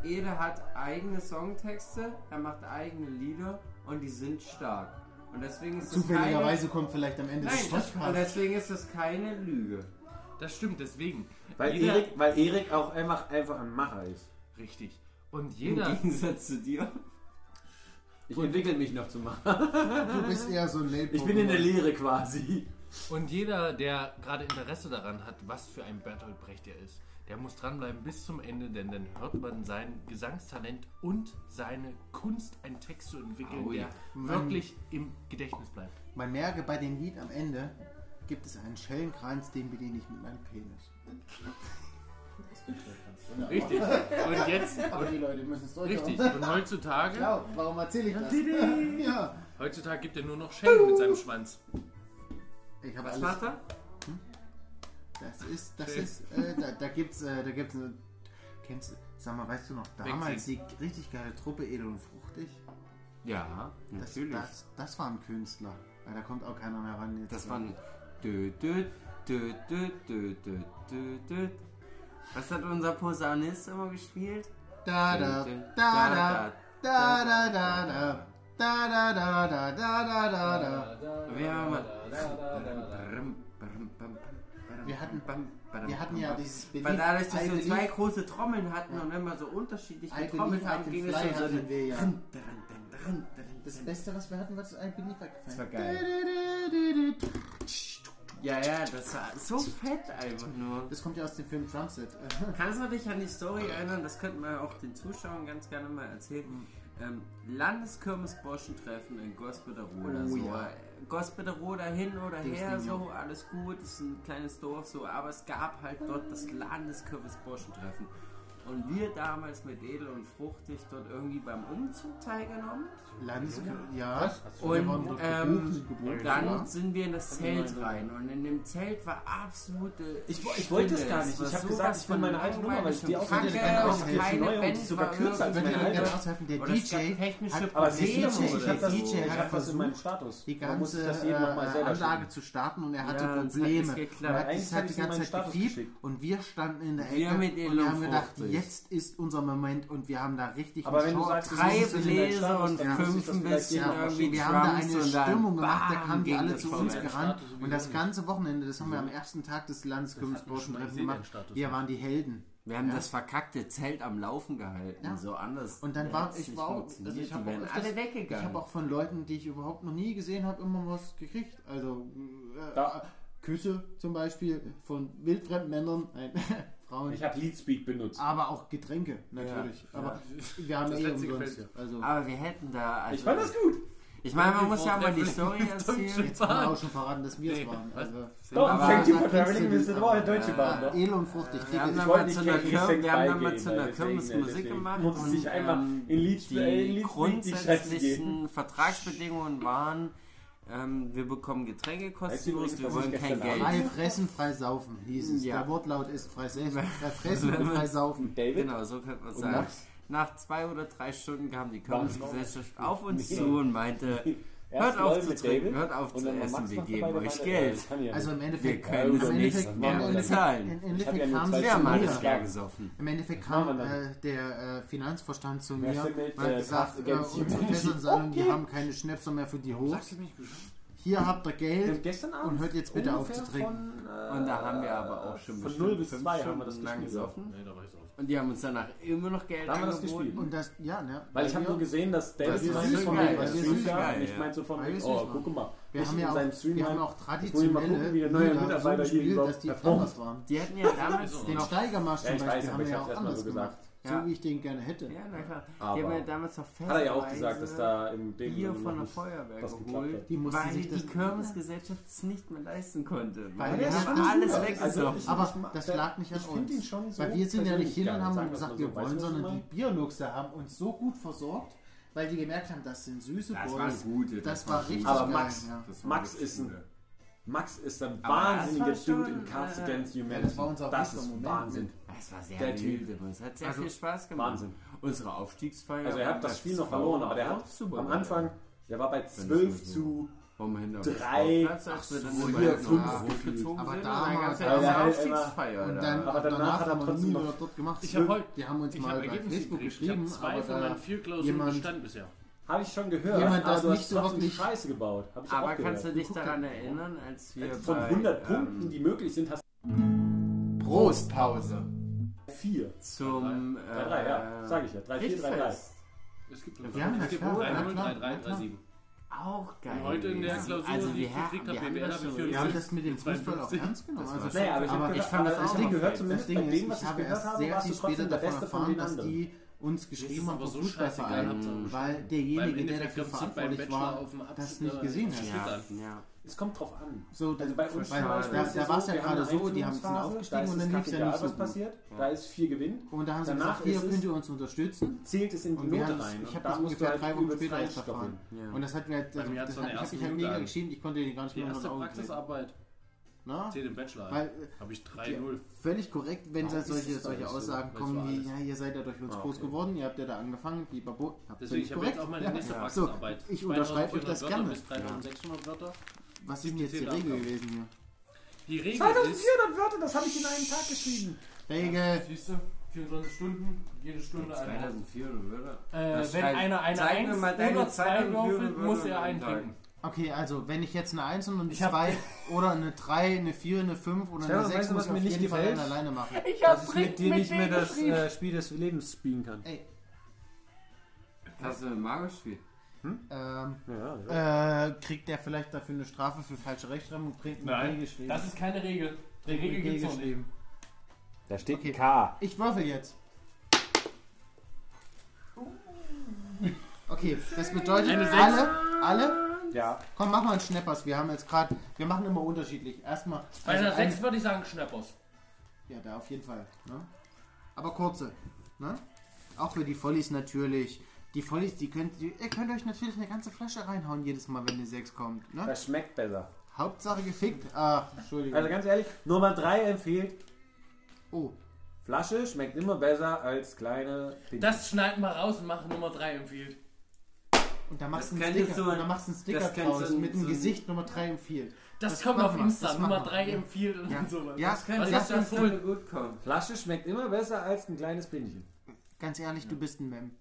[SPEAKER 4] Ede hat eigene Songtexte, er macht eigene Lieder und die sind stark. Und deswegen ist es keine, Nein,
[SPEAKER 1] Zufälligerweise kommt vielleicht am Ende des
[SPEAKER 4] das, und
[SPEAKER 1] Podcasts.
[SPEAKER 4] deswegen ist es keine Lüge.
[SPEAKER 5] Das stimmt, deswegen.
[SPEAKER 2] Weil
[SPEAKER 5] Jeder-
[SPEAKER 2] Erik, weil Erik auch einfach, einfach ein Macher ist.
[SPEAKER 5] Richtig. Und
[SPEAKER 4] Im
[SPEAKER 5] jeder.
[SPEAKER 1] Mhm.
[SPEAKER 4] Gegensatz zu dir.
[SPEAKER 2] Ich entwickle mich noch zum Macher.
[SPEAKER 1] Du bist eher so ein Late
[SPEAKER 2] Ich bin in der
[SPEAKER 1] Pokémon.
[SPEAKER 2] Lehre quasi.
[SPEAKER 5] Und jeder, der gerade Interesse daran hat, was für ein Bertolt Brecht er ist, der muss dranbleiben bis zum Ende, denn dann hört man sein Gesangstalent und seine Kunst, einen Text zu entwickeln,
[SPEAKER 4] Aui.
[SPEAKER 5] der wirklich im Gedächtnis bleibt.
[SPEAKER 1] Man merke, bei dem Lied am Ende gibt es einen Schellenkranz, den bediene ich mit meinem Penis.
[SPEAKER 5] Richtig. Und jetzt,
[SPEAKER 1] Aber <laughs> die Leute müssen es <laughs>
[SPEAKER 5] richtig. Und heutzutage,
[SPEAKER 1] Ja, warum erzähle ich das? <laughs> ja.
[SPEAKER 5] heutzutage gibt er nur noch Schellen mit seinem Schwanz.
[SPEAKER 1] Ich habe
[SPEAKER 4] Was
[SPEAKER 1] alles.
[SPEAKER 4] macht er?
[SPEAKER 1] Das ist, das ist, äh, da, da gibt's, äh, da gibt's eine. Kennst du, sag mal, weißt du noch, damals die richtig geile Truppe Edel und Fruchtig?
[SPEAKER 4] Ja,
[SPEAKER 1] Das,
[SPEAKER 4] natürlich. Das,
[SPEAKER 1] das, das war ein Künstler. Weil da kommt auch keiner mehr ran jetzt.
[SPEAKER 4] war ein. Dö, dö, dö, dö, dö, dö, dö, dö. Was hat unser Posaunist immer gespielt?
[SPEAKER 1] Da da da da da da da da da da da da da da da
[SPEAKER 4] Wir haben
[SPEAKER 1] Wir hatten-
[SPEAKER 4] bam,
[SPEAKER 1] Wir hatten ja dieses Belief,
[SPEAKER 4] Weil dadurch, dass
[SPEAKER 1] I
[SPEAKER 4] wir zwei
[SPEAKER 1] Believe,
[SPEAKER 4] große Trommeln hatten und immer so unterschiedlich
[SPEAKER 1] I
[SPEAKER 4] getrommelt
[SPEAKER 1] Believe, I
[SPEAKER 4] haben,
[SPEAKER 1] Can
[SPEAKER 4] ging es
[SPEAKER 1] Fly
[SPEAKER 4] schon so
[SPEAKER 1] hatten wir ja.
[SPEAKER 4] drin, drin, drin, drin, drin,
[SPEAKER 1] das
[SPEAKER 4] drin.
[SPEAKER 1] Beste, was wir hatten, war das I Believe Act.
[SPEAKER 4] Das war Ja, ja, das war so fett einfach nur.
[SPEAKER 1] Das kommt ja aus dem Film <laughs> Drumset.
[SPEAKER 4] Kannst du dich an die Story erinnern? Das könnten wir auch den Zuschauern ganz gerne mal erzählen. Ähm, Landeskirmes Burschentreffen in Gospederroda.
[SPEAKER 1] Oh,
[SPEAKER 4] so.
[SPEAKER 1] ja.
[SPEAKER 4] Gospederroda hin oder
[SPEAKER 1] Dings,
[SPEAKER 4] her,
[SPEAKER 1] Ding, ja.
[SPEAKER 4] so alles gut, ist ein kleines Dorf, so. Aber es gab halt dort das Landeskirmes Burschentreffen. Und wir damals mit Edel und Fruchtig dort irgendwie beim Umzug teilgenommen.
[SPEAKER 1] Landes ja. Wir waren
[SPEAKER 4] Und
[SPEAKER 1] dort
[SPEAKER 4] ähm,
[SPEAKER 1] gebucht, gebucht,
[SPEAKER 4] dann
[SPEAKER 1] ja.
[SPEAKER 4] sind wir in das Zelt rein und in dem Zelt war absolute.
[SPEAKER 2] Ich wo- ich wollte es gar nicht.
[SPEAKER 4] war
[SPEAKER 2] Ich hab
[SPEAKER 4] sowas
[SPEAKER 2] gesagt, ich will
[SPEAKER 4] von
[SPEAKER 2] meine alte Nummer, weil ich
[SPEAKER 4] langweilig
[SPEAKER 2] die
[SPEAKER 4] und
[SPEAKER 2] auch nicht
[SPEAKER 1] kenne.
[SPEAKER 4] kacke und
[SPEAKER 1] Ich helfe
[SPEAKER 4] keine
[SPEAKER 2] neu und
[SPEAKER 4] Band
[SPEAKER 2] ist sogar
[SPEAKER 4] war
[SPEAKER 2] kürzer als
[SPEAKER 1] Wenn wir
[SPEAKER 2] meine
[SPEAKER 4] irgendwie-
[SPEAKER 1] dir
[SPEAKER 2] alte.
[SPEAKER 1] gerne aushelfen, der
[SPEAKER 4] Oder es gab
[SPEAKER 1] DJ
[SPEAKER 4] technische
[SPEAKER 1] hat,
[SPEAKER 2] Aber es
[SPEAKER 1] der
[SPEAKER 2] ist
[SPEAKER 1] DJ,
[SPEAKER 2] nicht so,
[SPEAKER 1] der
[SPEAKER 2] dass-
[SPEAKER 1] DJ
[SPEAKER 2] ich
[SPEAKER 1] hat
[SPEAKER 2] hab was in meinem
[SPEAKER 1] versucht,
[SPEAKER 2] Status.
[SPEAKER 1] die
[SPEAKER 2] Da muss ich
[SPEAKER 1] ganze
[SPEAKER 2] das jedem nochmal
[SPEAKER 1] äh,
[SPEAKER 2] selber
[SPEAKER 1] Anlage
[SPEAKER 2] schicken.
[SPEAKER 1] zu starten und er hatte
[SPEAKER 4] Ja, das hat
[SPEAKER 1] Probleme.
[SPEAKER 4] nicht geklappt.
[SPEAKER 1] Und er hat,
[SPEAKER 2] Eigentlich
[SPEAKER 1] das hat
[SPEAKER 2] hab
[SPEAKER 1] die
[SPEAKER 2] ich ihm
[SPEAKER 1] ganze
[SPEAKER 2] meinen
[SPEAKER 1] Zeit
[SPEAKER 2] Status
[SPEAKER 1] gefiebt
[SPEAKER 2] geschickt.
[SPEAKER 1] und wir standen in der Ecke
[SPEAKER 4] Wir mit
[SPEAKER 1] und wir
[SPEAKER 4] Elon
[SPEAKER 1] haben gedacht,
[SPEAKER 4] 50.
[SPEAKER 1] jetzt ist unser Moment und wir haben da richtig
[SPEAKER 2] Aber
[SPEAKER 1] einen
[SPEAKER 2] wenn du
[SPEAKER 1] Show
[SPEAKER 2] sagst, es
[SPEAKER 4] Drei
[SPEAKER 2] ist so in deinem
[SPEAKER 4] Bläser
[SPEAKER 2] Status,
[SPEAKER 4] und
[SPEAKER 2] dann muss ich
[SPEAKER 4] fünf
[SPEAKER 2] das
[SPEAKER 4] ein
[SPEAKER 2] vielleicht
[SPEAKER 4] bisschen
[SPEAKER 2] jedem
[SPEAKER 1] Ja,
[SPEAKER 2] auch
[SPEAKER 4] irgendwie
[SPEAKER 2] schicken.
[SPEAKER 4] die
[SPEAKER 1] wir haben da
[SPEAKER 4] Drums
[SPEAKER 1] eine
[SPEAKER 4] und dann
[SPEAKER 1] Stimmung gemacht, da
[SPEAKER 4] bam,
[SPEAKER 1] kamen die
[SPEAKER 4] ging
[SPEAKER 1] alle
[SPEAKER 4] das
[SPEAKER 1] zu uns
[SPEAKER 4] vorwärts.
[SPEAKER 1] gerannt.
[SPEAKER 5] Status
[SPEAKER 1] Und das ganze Wochenende, das haben wir am ersten Tag des Landeskirmesburschentreffen
[SPEAKER 5] gesehen, den
[SPEAKER 1] gemacht.
[SPEAKER 5] Status.
[SPEAKER 1] Wir waren die Helden.
[SPEAKER 4] Wir haben das verkackte Zelt am Laufen gehalten,
[SPEAKER 1] Ja.
[SPEAKER 4] so anders.
[SPEAKER 1] Und dann
[SPEAKER 4] hätte
[SPEAKER 1] war
[SPEAKER 4] es
[SPEAKER 1] ich
[SPEAKER 4] nicht
[SPEAKER 1] war auch,
[SPEAKER 4] funktioniert.
[SPEAKER 1] also ich
[SPEAKER 4] die
[SPEAKER 1] habe
[SPEAKER 4] wären
[SPEAKER 1] auch
[SPEAKER 4] alle
[SPEAKER 1] öfters- Ich
[SPEAKER 4] weggegangen.
[SPEAKER 1] habe auch von Leuten, die ich überhaupt noch nie gesehen habe, immer was gekriegt. Also äh,
[SPEAKER 2] Da-
[SPEAKER 1] Küsse zum Beispiel von wildfremden Männern, nein, <laughs> Frauen.
[SPEAKER 2] Ich habe Leadspeak benutzt.
[SPEAKER 1] aber auch Getränke, natürlich. Aber wir haben
[SPEAKER 5] Das
[SPEAKER 1] eh
[SPEAKER 5] letzte
[SPEAKER 1] umsonst.
[SPEAKER 5] gefällt
[SPEAKER 1] Also,
[SPEAKER 4] aber wir hätten da. Also,
[SPEAKER 2] Ich fand das gut.
[SPEAKER 4] ich meine, man muss ja mal die
[SPEAKER 5] Vortrefflich.
[SPEAKER 4] Story erzählen.
[SPEAKER 1] jetzt haben wir auch schon verraten, dass wir es
[SPEAKER 5] Nee,
[SPEAKER 1] waren.
[SPEAKER 5] was?
[SPEAKER 1] Also,
[SPEAKER 2] Doch,
[SPEAKER 4] Aber-
[SPEAKER 2] thank you
[SPEAKER 1] aber-
[SPEAKER 2] for traveling with the Royal Deutsche Bahn.
[SPEAKER 1] ah,
[SPEAKER 2] ne?
[SPEAKER 1] edel und fruchtig.
[SPEAKER 4] Wir haben
[SPEAKER 1] Dicke.
[SPEAKER 4] dann
[SPEAKER 2] wollte
[SPEAKER 4] mal zu
[SPEAKER 2] nicht
[SPEAKER 4] einer
[SPEAKER 2] gegen die
[SPEAKER 4] Kirmes, wir haben dann mal
[SPEAKER 2] Sekt
[SPEAKER 4] zu einer
[SPEAKER 2] beigehen, weil
[SPEAKER 4] Kirmes
[SPEAKER 2] deswegen,
[SPEAKER 4] Musik
[SPEAKER 2] deswegen
[SPEAKER 4] gemacht
[SPEAKER 2] musste
[SPEAKER 4] und
[SPEAKER 2] sich einfach
[SPEAKER 4] ähm,
[SPEAKER 2] in Lied- äh, in
[SPEAKER 4] die
[SPEAKER 2] Lied- die Schätze
[SPEAKER 4] grundsätzlichen
[SPEAKER 2] geben.
[SPEAKER 4] Vertragsbedingungen waren, ähm, wir bekommen Getränke kostenlos,
[SPEAKER 2] übrigens,
[SPEAKER 4] wir
[SPEAKER 2] was
[SPEAKER 4] wollen
[SPEAKER 2] ich
[SPEAKER 4] kein
[SPEAKER 2] gestern
[SPEAKER 4] Geld.
[SPEAKER 1] Frei fressen, frei saufen hieß es.
[SPEAKER 4] Ja.
[SPEAKER 1] Der Wortlaut ist frei, se- frei fressen und frei saufen.
[SPEAKER 2] David,
[SPEAKER 4] Genau, so könnte man sagen.
[SPEAKER 2] nachts?
[SPEAKER 4] Nach zwei oder drei Stunden kam die
[SPEAKER 2] Waren es
[SPEAKER 4] Kirmesgesellschaft auf uns
[SPEAKER 2] Nee.
[SPEAKER 4] zu und meinte,
[SPEAKER 2] <laughs> erst
[SPEAKER 4] hört auf
[SPEAKER 2] Roy
[SPEAKER 4] zu
[SPEAKER 2] mit
[SPEAKER 4] trinken,
[SPEAKER 2] David
[SPEAKER 4] hört auf
[SPEAKER 2] und
[SPEAKER 4] zu
[SPEAKER 2] dann war
[SPEAKER 4] essen,
[SPEAKER 2] Max
[SPEAKER 4] wir
[SPEAKER 2] noch
[SPEAKER 4] geben
[SPEAKER 2] dabei, der
[SPEAKER 4] euch
[SPEAKER 2] meinte, äh,
[SPEAKER 4] Geld.
[SPEAKER 2] ich kann ja
[SPEAKER 1] Also
[SPEAKER 2] nicht.
[SPEAKER 1] im
[SPEAKER 4] Wir
[SPEAKER 1] Endeffekt,
[SPEAKER 4] können
[SPEAKER 1] im
[SPEAKER 4] es nicht
[SPEAKER 1] Endeffekt,
[SPEAKER 4] mehr
[SPEAKER 1] im Endeffekt,
[SPEAKER 4] bezahlen.
[SPEAKER 1] im
[SPEAKER 2] Ich hab ja
[SPEAKER 1] Endeffekt
[SPEAKER 2] nur
[SPEAKER 1] kam
[SPEAKER 2] zwei
[SPEAKER 1] es
[SPEAKER 4] Wir
[SPEAKER 1] zu
[SPEAKER 4] haben
[SPEAKER 1] mir.
[SPEAKER 4] alles leer gesoffen.
[SPEAKER 1] Im Endeffekt
[SPEAKER 2] machen
[SPEAKER 1] kam
[SPEAKER 2] wir
[SPEAKER 1] äh, der äh, Finanzvorstand zu mir
[SPEAKER 2] Wer
[SPEAKER 1] und
[SPEAKER 2] findet,
[SPEAKER 1] hat
[SPEAKER 2] äh,
[SPEAKER 1] gesagt,
[SPEAKER 2] Cards
[SPEAKER 1] äh,
[SPEAKER 2] Against
[SPEAKER 1] unsere
[SPEAKER 2] Humanity?
[SPEAKER 1] Fesselsammlung, die
[SPEAKER 2] Okay.
[SPEAKER 1] haben keine Schnäpser mehr für die
[SPEAKER 5] Sagst
[SPEAKER 1] Hose.
[SPEAKER 5] du nicht Bescheid?
[SPEAKER 1] Hier habt ihr
[SPEAKER 2] Und
[SPEAKER 1] Geld.
[SPEAKER 2] gestern Abend
[SPEAKER 1] Und hört jetzt bitte auf
[SPEAKER 2] ungefähr
[SPEAKER 1] zu trinken.
[SPEAKER 2] Von, äh,
[SPEAKER 4] Und da haben wir aber auch schon
[SPEAKER 2] von
[SPEAKER 4] bestimmt
[SPEAKER 2] 0 bis
[SPEAKER 4] fünf
[SPEAKER 2] 2 haben
[SPEAKER 4] Stunden
[SPEAKER 2] wir das
[SPEAKER 4] lang
[SPEAKER 2] gespielt.
[SPEAKER 4] gesoffen.
[SPEAKER 1] Mhm.
[SPEAKER 5] Nee, da war ich drauf.
[SPEAKER 4] Und die haben uns danach immer noch Geld
[SPEAKER 2] Da haben wir das
[SPEAKER 4] angeboten.
[SPEAKER 2] gespielt.
[SPEAKER 1] Und das, ja, ne?
[SPEAKER 2] Weil ich habe
[SPEAKER 1] wir-
[SPEAKER 2] nur gesehen, dass David
[SPEAKER 1] wir
[SPEAKER 2] meinte
[SPEAKER 1] süß
[SPEAKER 2] von
[SPEAKER 1] waren,
[SPEAKER 2] wegen,
[SPEAKER 1] weil
[SPEAKER 2] das
[SPEAKER 1] wir
[SPEAKER 2] ist
[SPEAKER 1] süß
[SPEAKER 2] ja,
[SPEAKER 4] waren,
[SPEAKER 2] und ich
[SPEAKER 4] ja.
[SPEAKER 2] meinte so von
[SPEAKER 1] Weil
[SPEAKER 2] wegen,
[SPEAKER 1] wir süß
[SPEAKER 2] oh,
[SPEAKER 1] waren.
[SPEAKER 2] guck mal.
[SPEAKER 1] wir
[SPEAKER 2] Nicht
[SPEAKER 1] haben
[SPEAKER 2] in
[SPEAKER 1] ja
[SPEAKER 2] seinem
[SPEAKER 1] auch,
[SPEAKER 2] Stream
[SPEAKER 1] wir haben
[SPEAKER 2] halt.
[SPEAKER 1] auch
[SPEAKER 2] Jetzt muss ich mal
[SPEAKER 1] traditionelle
[SPEAKER 2] gucken, wie der neue
[SPEAKER 1] Lieder so
[SPEAKER 2] Mitarbeiter hier
[SPEAKER 1] gespielt,
[SPEAKER 2] überhaupt
[SPEAKER 1] dass die
[SPEAKER 2] performt.
[SPEAKER 1] anders waren.
[SPEAKER 4] Die
[SPEAKER 2] <laughs>
[SPEAKER 4] hätten ja damals
[SPEAKER 1] Den
[SPEAKER 4] noch
[SPEAKER 1] Steigermarsch
[SPEAKER 2] Ja,
[SPEAKER 1] zum
[SPEAKER 2] ich weiß,
[SPEAKER 1] Beispiel
[SPEAKER 2] aber
[SPEAKER 1] haben wir
[SPEAKER 2] ich
[SPEAKER 1] ja
[SPEAKER 2] hab's
[SPEAKER 1] auch
[SPEAKER 2] erst mal
[SPEAKER 1] anders
[SPEAKER 2] so
[SPEAKER 1] gemacht.
[SPEAKER 2] gesagt.
[SPEAKER 4] Ja.
[SPEAKER 1] So wie ich den gerne hätte.
[SPEAKER 4] Ja, na klar.
[SPEAKER 2] Aber
[SPEAKER 4] die haben ja damals noch fest.
[SPEAKER 2] Hat er ja auch gesagt, dass da in dem
[SPEAKER 4] Bier von der
[SPEAKER 2] das-
[SPEAKER 4] Feuerwehr
[SPEAKER 2] das geklappt
[SPEAKER 4] geholt,
[SPEAKER 2] hat.
[SPEAKER 1] Die mussten
[SPEAKER 4] weil
[SPEAKER 1] sich das-
[SPEAKER 4] die Kirmesgesellschaft es nicht mehr leisten konnte.
[SPEAKER 1] Weil
[SPEAKER 4] Weil
[SPEAKER 1] wir
[SPEAKER 4] wir haben
[SPEAKER 1] haben-
[SPEAKER 4] alles
[SPEAKER 2] Also,
[SPEAKER 4] weggesoffen.
[SPEAKER 1] Aber
[SPEAKER 2] Ich mag-
[SPEAKER 1] das
[SPEAKER 2] der-
[SPEAKER 1] lag nicht an
[SPEAKER 2] ich find
[SPEAKER 1] uns.
[SPEAKER 2] ihn schon so
[SPEAKER 1] weil wir sind ja
[SPEAKER 2] persönlich
[SPEAKER 1] nicht hin und
[SPEAKER 2] geil,
[SPEAKER 1] haben
[SPEAKER 2] sagen wir's
[SPEAKER 1] gesagt,
[SPEAKER 2] mal
[SPEAKER 1] wir
[SPEAKER 2] so. Weißt
[SPEAKER 1] wollen,
[SPEAKER 2] du, was ich
[SPEAKER 1] sondern die
[SPEAKER 2] meine?
[SPEAKER 1] Bierluchse haben uns so gut versorgt, weil die gemerkt haben, das sind süße
[SPEAKER 4] Das
[SPEAKER 1] Boys.
[SPEAKER 4] waren gute,
[SPEAKER 1] Das,
[SPEAKER 4] Also, das
[SPEAKER 1] war
[SPEAKER 4] waren gute.
[SPEAKER 1] richtig
[SPEAKER 2] Aber
[SPEAKER 1] geil.
[SPEAKER 2] Max-
[SPEAKER 1] ja.
[SPEAKER 4] Das war
[SPEAKER 2] Max
[SPEAKER 4] wirklich
[SPEAKER 2] ist ein-
[SPEAKER 4] cool.
[SPEAKER 2] Max ist ein
[SPEAKER 4] Aber
[SPEAKER 2] wahnsinniger
[SPEAKER 4] das war
[SPEAKER 2] Dude in
[SPEAKER 4] schon,
[SPEAKER 2] Cards
[SPEAKER 4] äh,
[SPEAKER 2] Against
[SPEAKER 1] ja,
[SPEAKER 2] Humanity.
[SPEAKER 1] das war unser
[SPEAKER 2] das
[SPEAKER 1] bester
[SPEAKER 2] ist
[SPEAKER 1] Moment.
[SPEAKER 2] Wahnsinn.
[SPEAKER 4] Es war sehr
[SPEAKER 2] Der Typ.
[SPEAKER 4] wild, aber es hat sehr viel Spaß gemacht.
[SPEAKER 2] Wahnsinn.
[SPEAKER 4] Unsere Aufstiegsfeier.
[SPEAKER 2] Also er
[SPEAKER 4] war
[SPEAKER 2] hat das
[SPEAKER 4] bei
[SPEAKER 2] Spiel noch
[SPEAKER 4] Frau
[SPEAKER 2] verloren, aber der
[SPEAKER 4] auch
[SPEAKER 2] hat
[SPEAKER 4] super
[SPEAKER 2] am
[SPEAKER 4] geil.
[SPEAKER 2] Anfang, der war bei
[SPEAKER 4] Wenn
[SPEAKER 2] 12
[SPEAKER 4] es
[SPEAKER 2] zu
[SPEAKER 4] so- Vom Hinter-
[SPEAKER 2] drei-
[SPEAKER 4] Platz, als wir dann
[SPEAKER 1] so,
[SPEAKER 4] über
[SPEAKER 1] hier,
[SPEAKER 4] den
[SPEAKER 1] fünf
[SPEAKER 4] Hof
[SPEAKER 1] gefühlt.
[SPEAKER 4] gezogen
[SPEAKER 1] Aber
[SPEAKER 4] sind,
[SPEAKER 1] da
[SPEAKER 4] dann
[SPEAKER 1] haben
[SPEAKER 4] gab's
[SPEAKER 1] wir-
[SPEAKER 4] ja diese
[SPEAKER 2] Aber er-
[SPEAKER 4] Aufstiegsfeier.
[SPEAKER 1] Und
[SPEAKER 4] da.
[SPEAKER 1] dann,
[SPEAKER 2] Aber danach hat er
[SPEAKER 1] haben wir
[SPEAKER 2] trotzdem
[SPEAKER 1] nie
[SPEAKER 2] noch-
[SPEAKER 1] wieder dort gemacht.
[SPEAKER 5] Ich hab heute-
[SPEAKER 1] die haben uns
[SPEAKER 5] Ich
[SPEAKER 1] mal
[SPEAKER 5] habe
[SPEAKER 1] bei
[SPEAKER 5] Ergebnisse
[SPEAKER 1] Facebook
[SPEAKER 5] gekriegt. Ich habe
[SPEAKER 1] geschrieben,
[SPEAKER 5] zwei von
[SPEAKER 1] aber
[SPEAKER 5] meinen
[SPEAKER 1] da
[SPEAKER 5] vier Klausuren
[SPEAKER 1] jemand
[SPEAKER 5] bestanden bisher.
[SPEAKER 2] Habe ich schon gehört.
[SPEAKER 1] Jemand, der
[SPEAKER 2] aber du
[SPEAKER 1] nicht
[SPEAKER 2] hast
[SPEAKER 1] so
[SPEAKER 2] trotzdem
[SPEAKER 1] wirklich-
[SPEAKER 2] Scheiße gebaut. Hab ich
[SPEAKER 4] Aber
[SPEAKER 2] auch
[SPEAKER 4] kannst du
[SPEAKER 2] gehört.
[SPEAKER 4] dich daran erinnern, als wir
[SPEAKER 2] Äh, Von
[SPEAKER 4] bei,
[SPEAKER 2] 100
[SPEAKER 4] ähm,
[SPEAKER 2] Punkten, die möglich sind, hast
[SPEAKER 1] Prostpause.
[SPEAKER 2] du 4. 3-3,
[SPEAKER 4] zum äh,
[SPEAKER 2] ja. Sag ich ja. 3-4, 3-3.
[SPEAKER 4] Hitfest.
[SPEAKER 5] Es gibt
[SPEAKER 1] Ja, na
[SPEAKER 5] es gibt
[SPEAKER 1] klar,
[SPEAKER 5] 3-0,
[SPEAKER 1] na klar,
[SPEAKER 5] 3-3,
[SPEAKER 1] na klar.
[SPEAKER 5] 3-7.
[SPEAKER 4] Auch geil.
[SPEAKER 5] Und heute in der
[SPEAKER 4] gewesen.
[SPEAKER 5] Klausur,
[SPEAKER 4] also
[SPEAKER 5] die
[SPEAKER 4] wir
[SPEAKER 5] ich
[SPEAKER 4] ha-
[SPEAKER 5] gekriegt
[SPEAKER 4] wir
[SPEAKER 5] habe,
[SPEAKER 4] haben
[SPEAKER 5] BWL
[SPEAKER 4] das
[SPEAKER 5] habe ich
[SPEAKER 4] schon
[SPEAKER 1] Wir haben das
[SPEAKER 4] richtig-
[SPEAKER 1] mit dem Fußball auch
[SPEAKER 5] 52.
[SPEAKER 1] ernst genommen. Also,
[SPEAKER 4] war-
[SPEAKER 2] Naja, aber ich
[SPEAKER 1] aber
[SPEAKER 2] hab
[SPEAKER 1] ich
[SPEAKER 2] gedacht,
[SPEAKER 4] fand
[SPEAKER 2] aber
[SPEAKER 4] das
[SPEAKER 2] als
[SPEAKER 4] auch
[SPEAKER 2] ich
[SPEAKER 4] mal
[SPEAKER 2] gehört
[SPEAKER 4] fake.
[SPEAKER 1] das
[SPEAKER 2] zumindest bei
[SPEAKER 1] Ding ist,
[SPEAKER 2] dem, was
[SPEAKER 1] ich
[SPEAKER 2] ich
[SPEAKER 1] habe
[SPEAKER 2] gehört
[SPEAKER 1] erst
[SPEAKER 2] habe,
[SPEAKER 1] sehr
[SPEAKER 2] warst
[SPEAKER 1] viel
[SPEAKER 2] du
[SPEAKER 1] später
[SPEAKER 2] trotzdem der
[SPEAKER 1] davon
[SPEAKER 2] Beste von
[SPEAKER 1] erfahren,
[SPEAKER 2] den
[SPEAKER 1] dass
[SPEAKER 2] anderen.
[SPEAKER 1] die uns geschrieben
[SPEAKER 5] ist
[SPEAKER 1] haben
[SPEAKER 5] aber
[SPEAKER 1] vom
[SPEAKER 5] so scheißegal,
[SPEAKER 1] Fußballverein,
[SPEAKER 5] Hauptsache
[SPEAKER 1] weil
[SPEAKER 5] Weil am
[SPEAKER 1] derjenige,
[SPEAKER 5] Ende
[SPEAKER 1] der dafür
[SPEAKER 5] kommt es nicht beim
[SPEAKER 1] verantwortlich
[SPEAKER 5] Bachelor
[SPEAKER 1] war,
[SPEAKER 5] auf dem Abschnitt,
[SPEAKER 1] das nicht
[SPEAKER 5] äh,
[SPEAKER 1] gesehen hat.
[SPEAKER 5] Schnitt an.
[SPEAKER 4] Ja, ja.
[SPEAKER 2] Es kommt drauf an.
[SPEAKER 1] So, das-
[SPEAKER 2] Also bei uns
[SPEAKER 1] weil-
[SPEAKER 2] zum Beispiel
[SPEAKER 1] da,
[SPEAKER 2] ist
[SPEAKER 1] da war es
[SPEAKER 2] so,
[SPEAKER 1] ja
[SPEAKER 2] wir haben
[SPEAKER 1] gerade
[SPEAKER 2] eine
[SPEAKER 1] so, die haben sind
[SPEAKER 2] Einführungsphase, da
[SPEAKER 1] aufgestiegen
[SPEAKER 2] ist
[SPEAKER 1] und dann lief
[SPEAKER 2] es
[SPEAKER 1] es ja
[SPEAKER 2] kackegal,
[SPEAKER 1] nicht so
[SPEAKER 2] was
[SPEAKER 1] gut.
[SPEAKER 2] passiert. Da ist 4 Gewinn.
[SPEAKER 1] Und da haben sie
[SPEAKER 2] Danach
[SPEAKER 1] gesagt, hier
[SPEAKER 2] ist es-
[SPEAKER 1] könnt ihr uns unterstützen.
[SPEAKER 2] Zählt es in die
[SPEAKER 1] Und wir
[SPEAKER 2] Note
[SPEAKER 1] haben das,
[SPEAKER 2] rein.
[SPEAKER 1] ich habe
[SPEAKER 2] Und
[SPEAKER 1] das
[SPEAKER 2] da musst du
[SPEAKER 1] ungefähr
[SPEAKER 2] halt
[SPEAKER 1] drei Wochen
[SPEAKER 2] übelst
[SPEAKER 1] später erst
[SPEAKER 2] reinstoppeln.
[SPEAKER 1] erfahren.
[SPEAKER 4] Ja.
[SPEAKER 1] Und das hat mir halt,
[SPEAKER 5] Bei mir hat's
[SPEAKER 1] das
[SPEAKER 5] von
[SPEAKER 1] hat,
[SPEAKER 5] der
[SPEAKER 1] ich hab mich halt
[SPEAKER 5] ersten Minute
[SPEAKER 1] mega
[SPEAKER 5] an.
[SPEAKER 1] geschämt, ich konnte den gar nicht
[SPEAKER 5] Die
[SPEAKER 1] mehr unter
[SPEAKER 5] erste
[SPEAKER 1] den Augen kriegen.
[SPEAKER 5] Praxisarbeit.
[SPEAKER 1] Ne?
[SPEAKER 5] Zählt im Bachelor.
[SPEAKER 1] Weil,
[SPEAKER 5] ein.
[SPEAKER 1] äh,
[SPEAKER 5] Habe ich
[SPEAKER 1] die-
[SPEAKER 5] 3-0.
[SPEAKER 1] Völlig korrekt, wenn
[SPEAKER 5] Warum
[SPEAKER 1] es
[SPEAKER 5] ist
[SPEAKER 1] solche,
[SPEAKER 5] es da
[SPEAKER 1] solche
[SPEAKER 5] nicht so?
[SPEAKER 1] Aussagen
[SPEAKER 5] Weißt du
[SPEAKER 1] kommen wie,
[SPEAKER 5] alles?
[SPEAKER 1] ja, ihr seid ja durch uns
[SPEAKER 5] Ah,
[SPEAKER 1] groß
[SPEAKER 5] okay.
[SPEAKER 1] geworden, ihr habt ja da angefangen, bibabo. Habt
[SPEAKER 5] Deswegen, ich habe jetzt auch meine nächste
[SPEAKER 1] So,
[SPEAKER 5] Praxisarbeit.
[SPEAKER 1] ich unterschreibe euch das
[SPEAKER 5] 2400
[SPEAKER 1] gerne.
[SPEAKER 5] Wörter bis 3600 Wörter.
[SPEAKER 1] Was ist denn jetzt die
[SPEAKER 5] 17
[SPEAKER 1] Regel
[SPEAKER 5] Angaben.
[SPEAKER 1] gewesen hier?
[SPEAKER 5] Die Regel ist...
[SPEAKER 2] 2400 Wörter, das habe ich in einem Tag geschrieben.
[SPEAKER 1] Regel!
[SPEAKER 5] Siehst du, 24 Stunden, jede Stunde eine.
[SPEAKER 4] 2400 Wörter.
[SPEAKER 5] Äh,
[SPEAKER 4] Das
[SPEAKER 5] wenn
[SPEAKER 4] schreibt-
[SPEAKER 5] einer eine
[SPEAKER 4] zeig mir
[SPEAKER 5] 1
[SPEAKER 4] mal deine
[SPEAKER 5] oder 2
[SPEAKER 4] Zeilen,
[SPEAKER 5] würfelt,
[SPEAKER 4] Würfel,
[SPEAKER 5] muss
[SPEAKER 4] Würfel
[SPEAKER 5] er einen
[SPEAKER 4] am Tag.
[SPEAKER 5] trinken.
[SPEAKER 1] Okay, also, wenn ich jetzt eine 1 und eine
[SPEAKER 5] Ich hab-
[SPEAKER 1] 2 oder eine 3, eine 4, eine 5 oder
[SPEAKER 2] Stefan,
[SPEAKER 1] eine 6
[SPEAKER 2] weißt du,
[SPEAKER 1] muss
[SPEAKER 2] was
[SPEAKER 1] ich auf
[SPEAKER 2] mir nicht
[SPEAKER 1] jeden Fall
[SPEAKER 2] gefällt?
[SPEAKER 1] dann alleine machen.
[SPEAKER 5] Ich
[SPEAKER 2] Dass ich mit dir nicht mehr das äh, Spiel des Lebens spielen kann.
[SPEAKER 1] Ey,
[SPEAKER 4] Hast du ein Magus-Spiel?
[SPEAKER 1] ähm,
[SPEAKER 2] Ja, ja.
[SPEAKER 1] äh, kriegt der vielleicht dafür eine Strafe für falsche Rechtschreibung und kriegt eine
[SPEAKER 5] Nein,
[SPEAKER 1] Regel stehen?
[SPEAKER 5] Das ist keine Regel. Die Regel gibt es noch nicht.
[SPEAKER 1] geschrieben.
[SPEAKER 2] Da steht
[SPEAKER 1] Okay.
[SPEAKER 2] ein K.
[SPEAKER 1] Ich würfel jetzt. Okay, das bedeutet
[SPEAKER 5] Eine Sechs.
[SPEAKER 1] alle, alle.
[SPEAKER 2] Ja.
[SPEAKER 1] Komm, mach mal einen Schneppers. Wir haben jetzt gerade, wir machen immer unterschiedlich. Erstmal.
[SPEAKER 5] Bei einer
[SPEAKER 1] eine-
[SPEAKER 5] 6 würde ich sagen Schnappers.
[SPEAKER 1] Ja, da auf jeden Fall. Ne? Aber kurze. Ne? Auch für die Follies natürlich. Die Follies, die könnt die, ihr könnt euch natürlich eine ganze Flasche reinhauen jedes Mal, wenn eine 6 kommt. Ne?
[SPEAKER 2] Das schmeckt besser.
[SPEAKER 1] Hauptsache gefickt. Ah, Entschuldigung.
[SPEAKER 2] Also ganz ehrlich, Nummer 3 empfiehlt,
[SPEAKER 1] oh,
[SPEAKER 2] Flasche schmeckt immer besser als kleine Pinkel.
[SPEAKER 5] Das schneiden wir raus und machen Nummer 3 empfiehlt.
[SPEAKER 1] und da machst
[SPEAKER 4] Das
[SPEAKER 1] du einen
[SPEAKER 4] kann jetzt
[SPEAKER 1] Sticker,
[SPEAKER 4] so-
[SPEAKER 1] und da machst du einen Sticker
[SPEAKER 4] das kann so
[SPEAKER 1] draus
[SPEAKER 4] ein-
[SPEAKER 1] mit dem
[SPEAKER 4] so ein-
[SPEAKER 1] Gesicht Nummer 3 empfiehlt.
[SPEAKER 5] Das,
[SPEAKER 1] Das
[SPEAKER 5] kommt
[SPEAKER 1] machen
[SPEAKER 5] auf
[SPEAKER 1] wir,
[SPEAKER 5] Insta.
[SPEAKER 1] das
[SPEAKER 5] Nummer
[SPEAKER 1] machen
[SPEAKER 5] 3
[SPEAKER 1] wir.
[SPEAKER 5] empfiehlt und
[SPEAKER 1] Ja,
[SPEAKER 5] sowas.
[SPEAKER 1] ja,
[SPEAKER 5] das kann, was
[SPEAKER 1] ja,
[SPEAKER 5] ist das für ein
[SPEAKER 4] Cool. Gut kommt.
[SPEAKER 2] Flasche schmeckt immer besser als ein kleines Pinchen.
[SPEAKER 1] Ganz ehrlich, du bist ein Mem.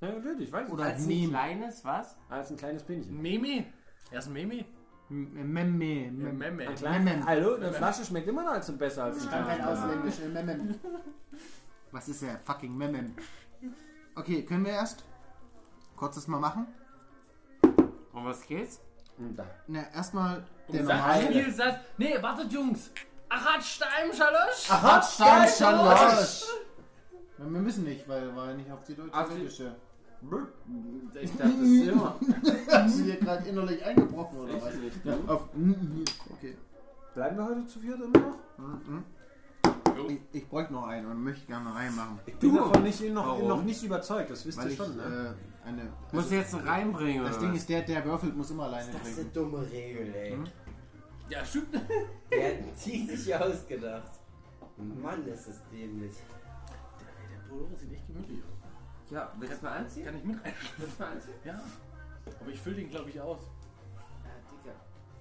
[SPEAKER 2] Ja, natürlich, weiß ich.
[SPEAKER 1] Oder
[SPEAKER 4] Als
[SPEAKER 1] ein
[SPEAKER 4] ein
[SPEAKER 1] Meme.
[SPEAKER 4] kleines, was?
[SPEAKER 2] Als ein kleines Pinchen.
[SPEAKER 5] Meme? Er ist ein Meme?
[SPEAKER 1] M- Mem, Mem,
[SPEAKER 5] Ja,
[SPEAKER 1] Mem.
[SPEAKER 5] Meme.
[SPEAKER 2] Ein kleines,
[SPEAKER 1] Mem.
[SPEAKER 2] hallo, eine Flasche schmeckt immer noch als ein besser als ein
[SPEAKER 1] Kein
[SPEAKER 2] kleines Pinchen.
[SPEAKER 1] Ausländisch, äh, Mem, Mem. <laughs> Was ist der fucking Mem, Mem? Okay, können wir erst kurzes Mal machen?
[SPEAKER 4] Um was geht's?
[SPEAKER 2] Und da.
[SPEAKER 1] Na, erstmal der
[SPEAKER 5] Sag
[SPEAKER 1] normale.
[SPEAKER 5] Spielsatz. Nee, wartet, Jungs. Achat Steim Schalosch.
[SPEAKER 1] Hartstein Schalosch! Wir müssen nicht, weil war ja nicht auf die deutsche
[SPEAKER 4] Auf die-
[SPEAKER 1] Seite.
[SPEAKER 4] Ich dachte es immer.
[SPEAKER 1] Hast du dir gerade innerlich eingebrochen oder was? Ja, auf. Okay.
[SPEAKER 2] Bleiben wir heute zu viert immer noch?
[SPEAKER 1] Ich, ich bräuchte noch einen und möchte gerne noch einen machen.
[SPEAKER 2] Ich bin
[SPEAKER 4] Du?
[SPEAKER 2] davon nicht, noch,
[SPEAKER 4] Warum?
[SPEAKER 2] noch nicht überzeugt, das wisst
[SPEAKER 1] Weil
[SPEAKER 2] ihr
[SPEAKER 1] ich
[SPEAKER 2] schon, ne?
[SPEAKER 1] äh, eine.
[SPEAKER 4] Muss
[SPEAKER 1] Also,
[SPEAKER 4] jetzt einen reinbringen, oder?
[SPEAKER 1] das Ding
[SPEAKER 4] was?
[SPEAKER 1] ist, der, der würfelt, muss immer alleine
[SPEAKER 3] Das ist eine
[SPEAKER 1] trinken.
[SPEAKER 3] dumme Regel, ey.
[SPEAKER 5] Ja, stimmt.
[SPEAKER 3] Wer hat die sich ausgedacht? Mann, ist das dämlich.
[SPEAKER 5] Der Pullover sieht echt gemütlich aus.
[SPEAKER 4] Ja, willst du mal anziehen?
[SPEAKER 5] Kann ich mit rein?
[SPEAKER 4] Willst du mal anziehen?
[SPEAKER 5] Ja. Aber ich fülle den, glaube ich, aus.
[SPEAKER 4] Ja, Digga.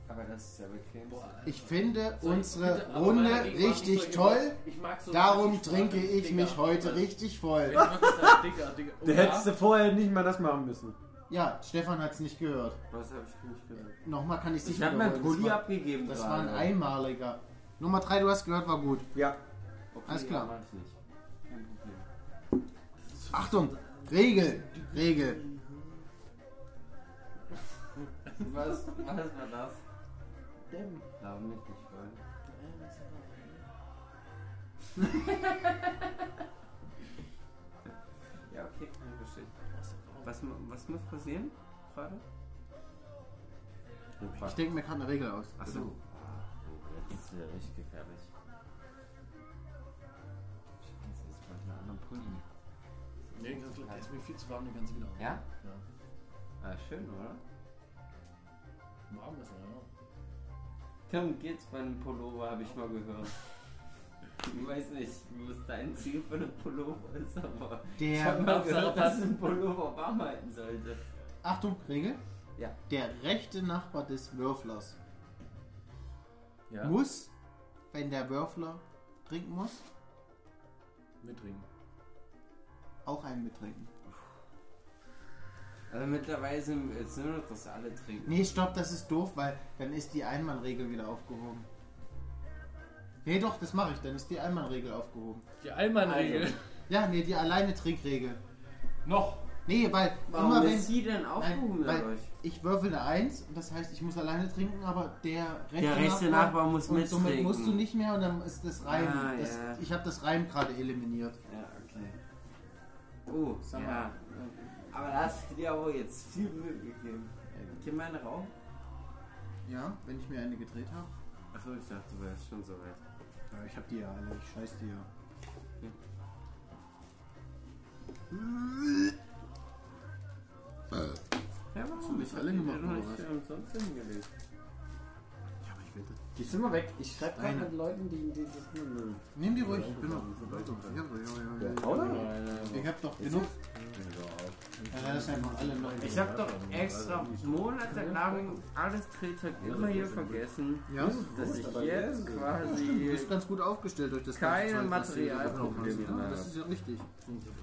[SPEAKER 4] Aber das ist ja bequem.
[SPEAKER 1] Ich finde
[SPEAKER 5] So,
[SPEAKER 1] unsere
[SPEAKER 5] bitte, aber
[SPEAKER 1] Runde
[SPEAKER 5] meine Regel war nicht
[SPEAKER 1] richtig
[SPEAKER 5] so
[SPEAKER 1] toll.
[SPEAKER 5] immer- Ich mag so
[SPEAKER 1] Darum
[SPEAKER 5] richtig
[SPEAKER 1] trinke
[SPEAKER 5] Spaß,
[SPEAKER 1] ich
[SPEAKER 5] Digga.
[SPEAKER 1] mich heute
[SPEAKER 5] Also,
[SPEAKER 1] richtig
[SPEAKER 5] wenn
[SPEAKER 1] voll.
[SPEAKER 5] ich wirklich sag, Digga, Digga. Oh,
[SPEAKER 2] Du
[SPEAKER 5] ja?
[SPEAKER 2] hättest du vorher nicht mal das machen müssen.
[SPEAKER 1] Ja, Stefan hat's nicht gehört.
[SPEAKER 4] Was hab ich nicht gehört?
[SPEAKER 1] Nochmal kann ich's nicht
[SPEAKER 4] Ich hab meinen
[SPEAKER 1] wiederholen.
[SPEAKER 4] Pulli
[SPEAKER 1] Das war-
[SPEAKER 4] abgegeben.
[SPEAKER 1] Das war
[SPEAKER 4] gerade.
[SPEAKER 1] ein einmaliger. Nummer 3, du hast gehört, war gut.
[SPEAKER 2] Ja.
[SPEAKER 4] Okay,
[SPEAKER 1] Alles klar.
[SPEAKER 4] Ja, mach ich nicht. Kein Problem.
[SPEAKER 1] Achtung, Regel, Regel.
[SPEAKER 4] Was, was war das? Darf mich nicht wollen. <laughs> ja, okay, kann ich verstehen. Was, mu- was muss passieren gerade?
[SPEAKER 1] Ich denke mir gerade eine Regel aus.
[SPEAKER 4] Achso. Jetzt ist ja richtig gefährlich. Scheiße, jetzt brauche ich einen anderen Pulli.
[SPEAKER 5] Nee, ganz klar, der ist mir viel zu warm, den kannst du wieder auf.
[SPEAKER 4] Ja? Ah, schön, oder?
[SPEAKER 5] Warm ist er, ja.
[SPEAKER 4] Darum geht's bei einem Pullover, habe ich mal gehört. Ich weiß nicht, was dein Ziel für einen Pullover ist, aber ich habe
[SPEAKER 1] Der,
[SPEAKER 4] mal gehört, dass ein Pullover warm halten sollte.
[SPEAKER 1] Achtung, Regel.
[SPEAKER 4] Ja.
[SPEAKER 1] Der rechte Nachbar des Würflers
[SPEAKER 5] Ja,
[SPEAKER 1] muss, wenn der Würfler trinken muss,
[SPEAKER 5] mittrinken.
[SPEAKER 1] auch einen mittrinken.
[SPEAKER 4] Also mittlerweile sind jetzt nur noch, dass alle trinken.
[SPEAKER 1] Nee, stopp, das ist doof, weil dann ist die Einmannregel wieder aufgehoben. Nee, doch, das mache ich, dann ist die Einmannregel aufgehoben.
[SPEAKER 5] Die Allmann-Regel.
[SPEAKER 1] Ja, nee, die alleine Trinkregel.
[SPEAKER 5] Noch.
[SPEAKER 1] Nee, weil
[SPEAKER 4] Warum
[SPEAKER 1] immer wenn
[SPEAKER 4] ist die denn aufgehoben
[SPEAKER 1] Nein, weil-
[SPEAKER 4] dadurch?
[SPEAKER 1] ich würfel eine Eins und das heißt, ich muss alleine trinken, aber der rechte,
[SPEAKER 4] rechte Nachbar muss
[SPEAKER 1] und somit
[SPEAKER 4] mittrinken.
[SPEAKER 1] musst du nicht mehr und dann ist das Reim.
[SPEAKER 4] Ah,
[SPEAKER 1] das,
[SPEAKER 4] ja.
[SPEAKER 1] Ich habe das Reim gerade eliminiert.
[SPEAKER 4] Ja, okay. Oh,
[SPEAKER 1] Sag mal.
[SPEAKER 4] ja. Aber da hast du dir aber jetzt viel Mühe gegeben. Geh mal in den Raum.
[SPEAKER 1] Ja, wenn ich mir eine gedreht habe.
[SPEAKER 4] Achso, ich dachte, du wärst schon soweit.
[SPEAKER 1] Ja, ich habe die ja alle, ich scheiß die ja.
[SPEAKER 4] Ja, warum?
[SPEAKER 1] das alle
[SPEAKER 4] die
[SPEAKER 1] gemacht,
[SPEAKER 4] doch
[SPEAKER 1] oder
[SPEAKER 4] nicht
[SPEAKER 1] was?
[SPEAKER 4] hier umsonst hingelegt.
[SPEAKER 1] Ja, aber ich bitte.
[SPEAKER 2] Die sind mal weg. Ich schreibe gerade
[SPEAKER 1] Eine.
[SPEAKER 2] mit Leuten, die, die das nur.
[SPEAKER 1] Nimm die ruhig, ich bin noch. Ich hab doch, ja, ja, ja.
[SPEAKER 2] Oder?
[SPEAKER 1] Ich hab doch genug. Ja, das sind einfach alle neu.
[SPEAKER 4] Ich hab doch extra monatelang alles Drehtag immer hier vergessen,
[SPEAKER 1] Ja,
[SPEAKER 4] dass ich jetzt quasi
[SPEAKER 1] ist ganz gut aufgestellt durch das ganze
[SPEAKER 4] Keine
[SPEAKER 1] Zeug, was du hier
[SPEAKER 4] Materialprobleme
[SPEAKER 1] gebraucht hast.
[SPEAKER 4] mehr.
[SPEAKER 1] Ja, Das ist ja richtig.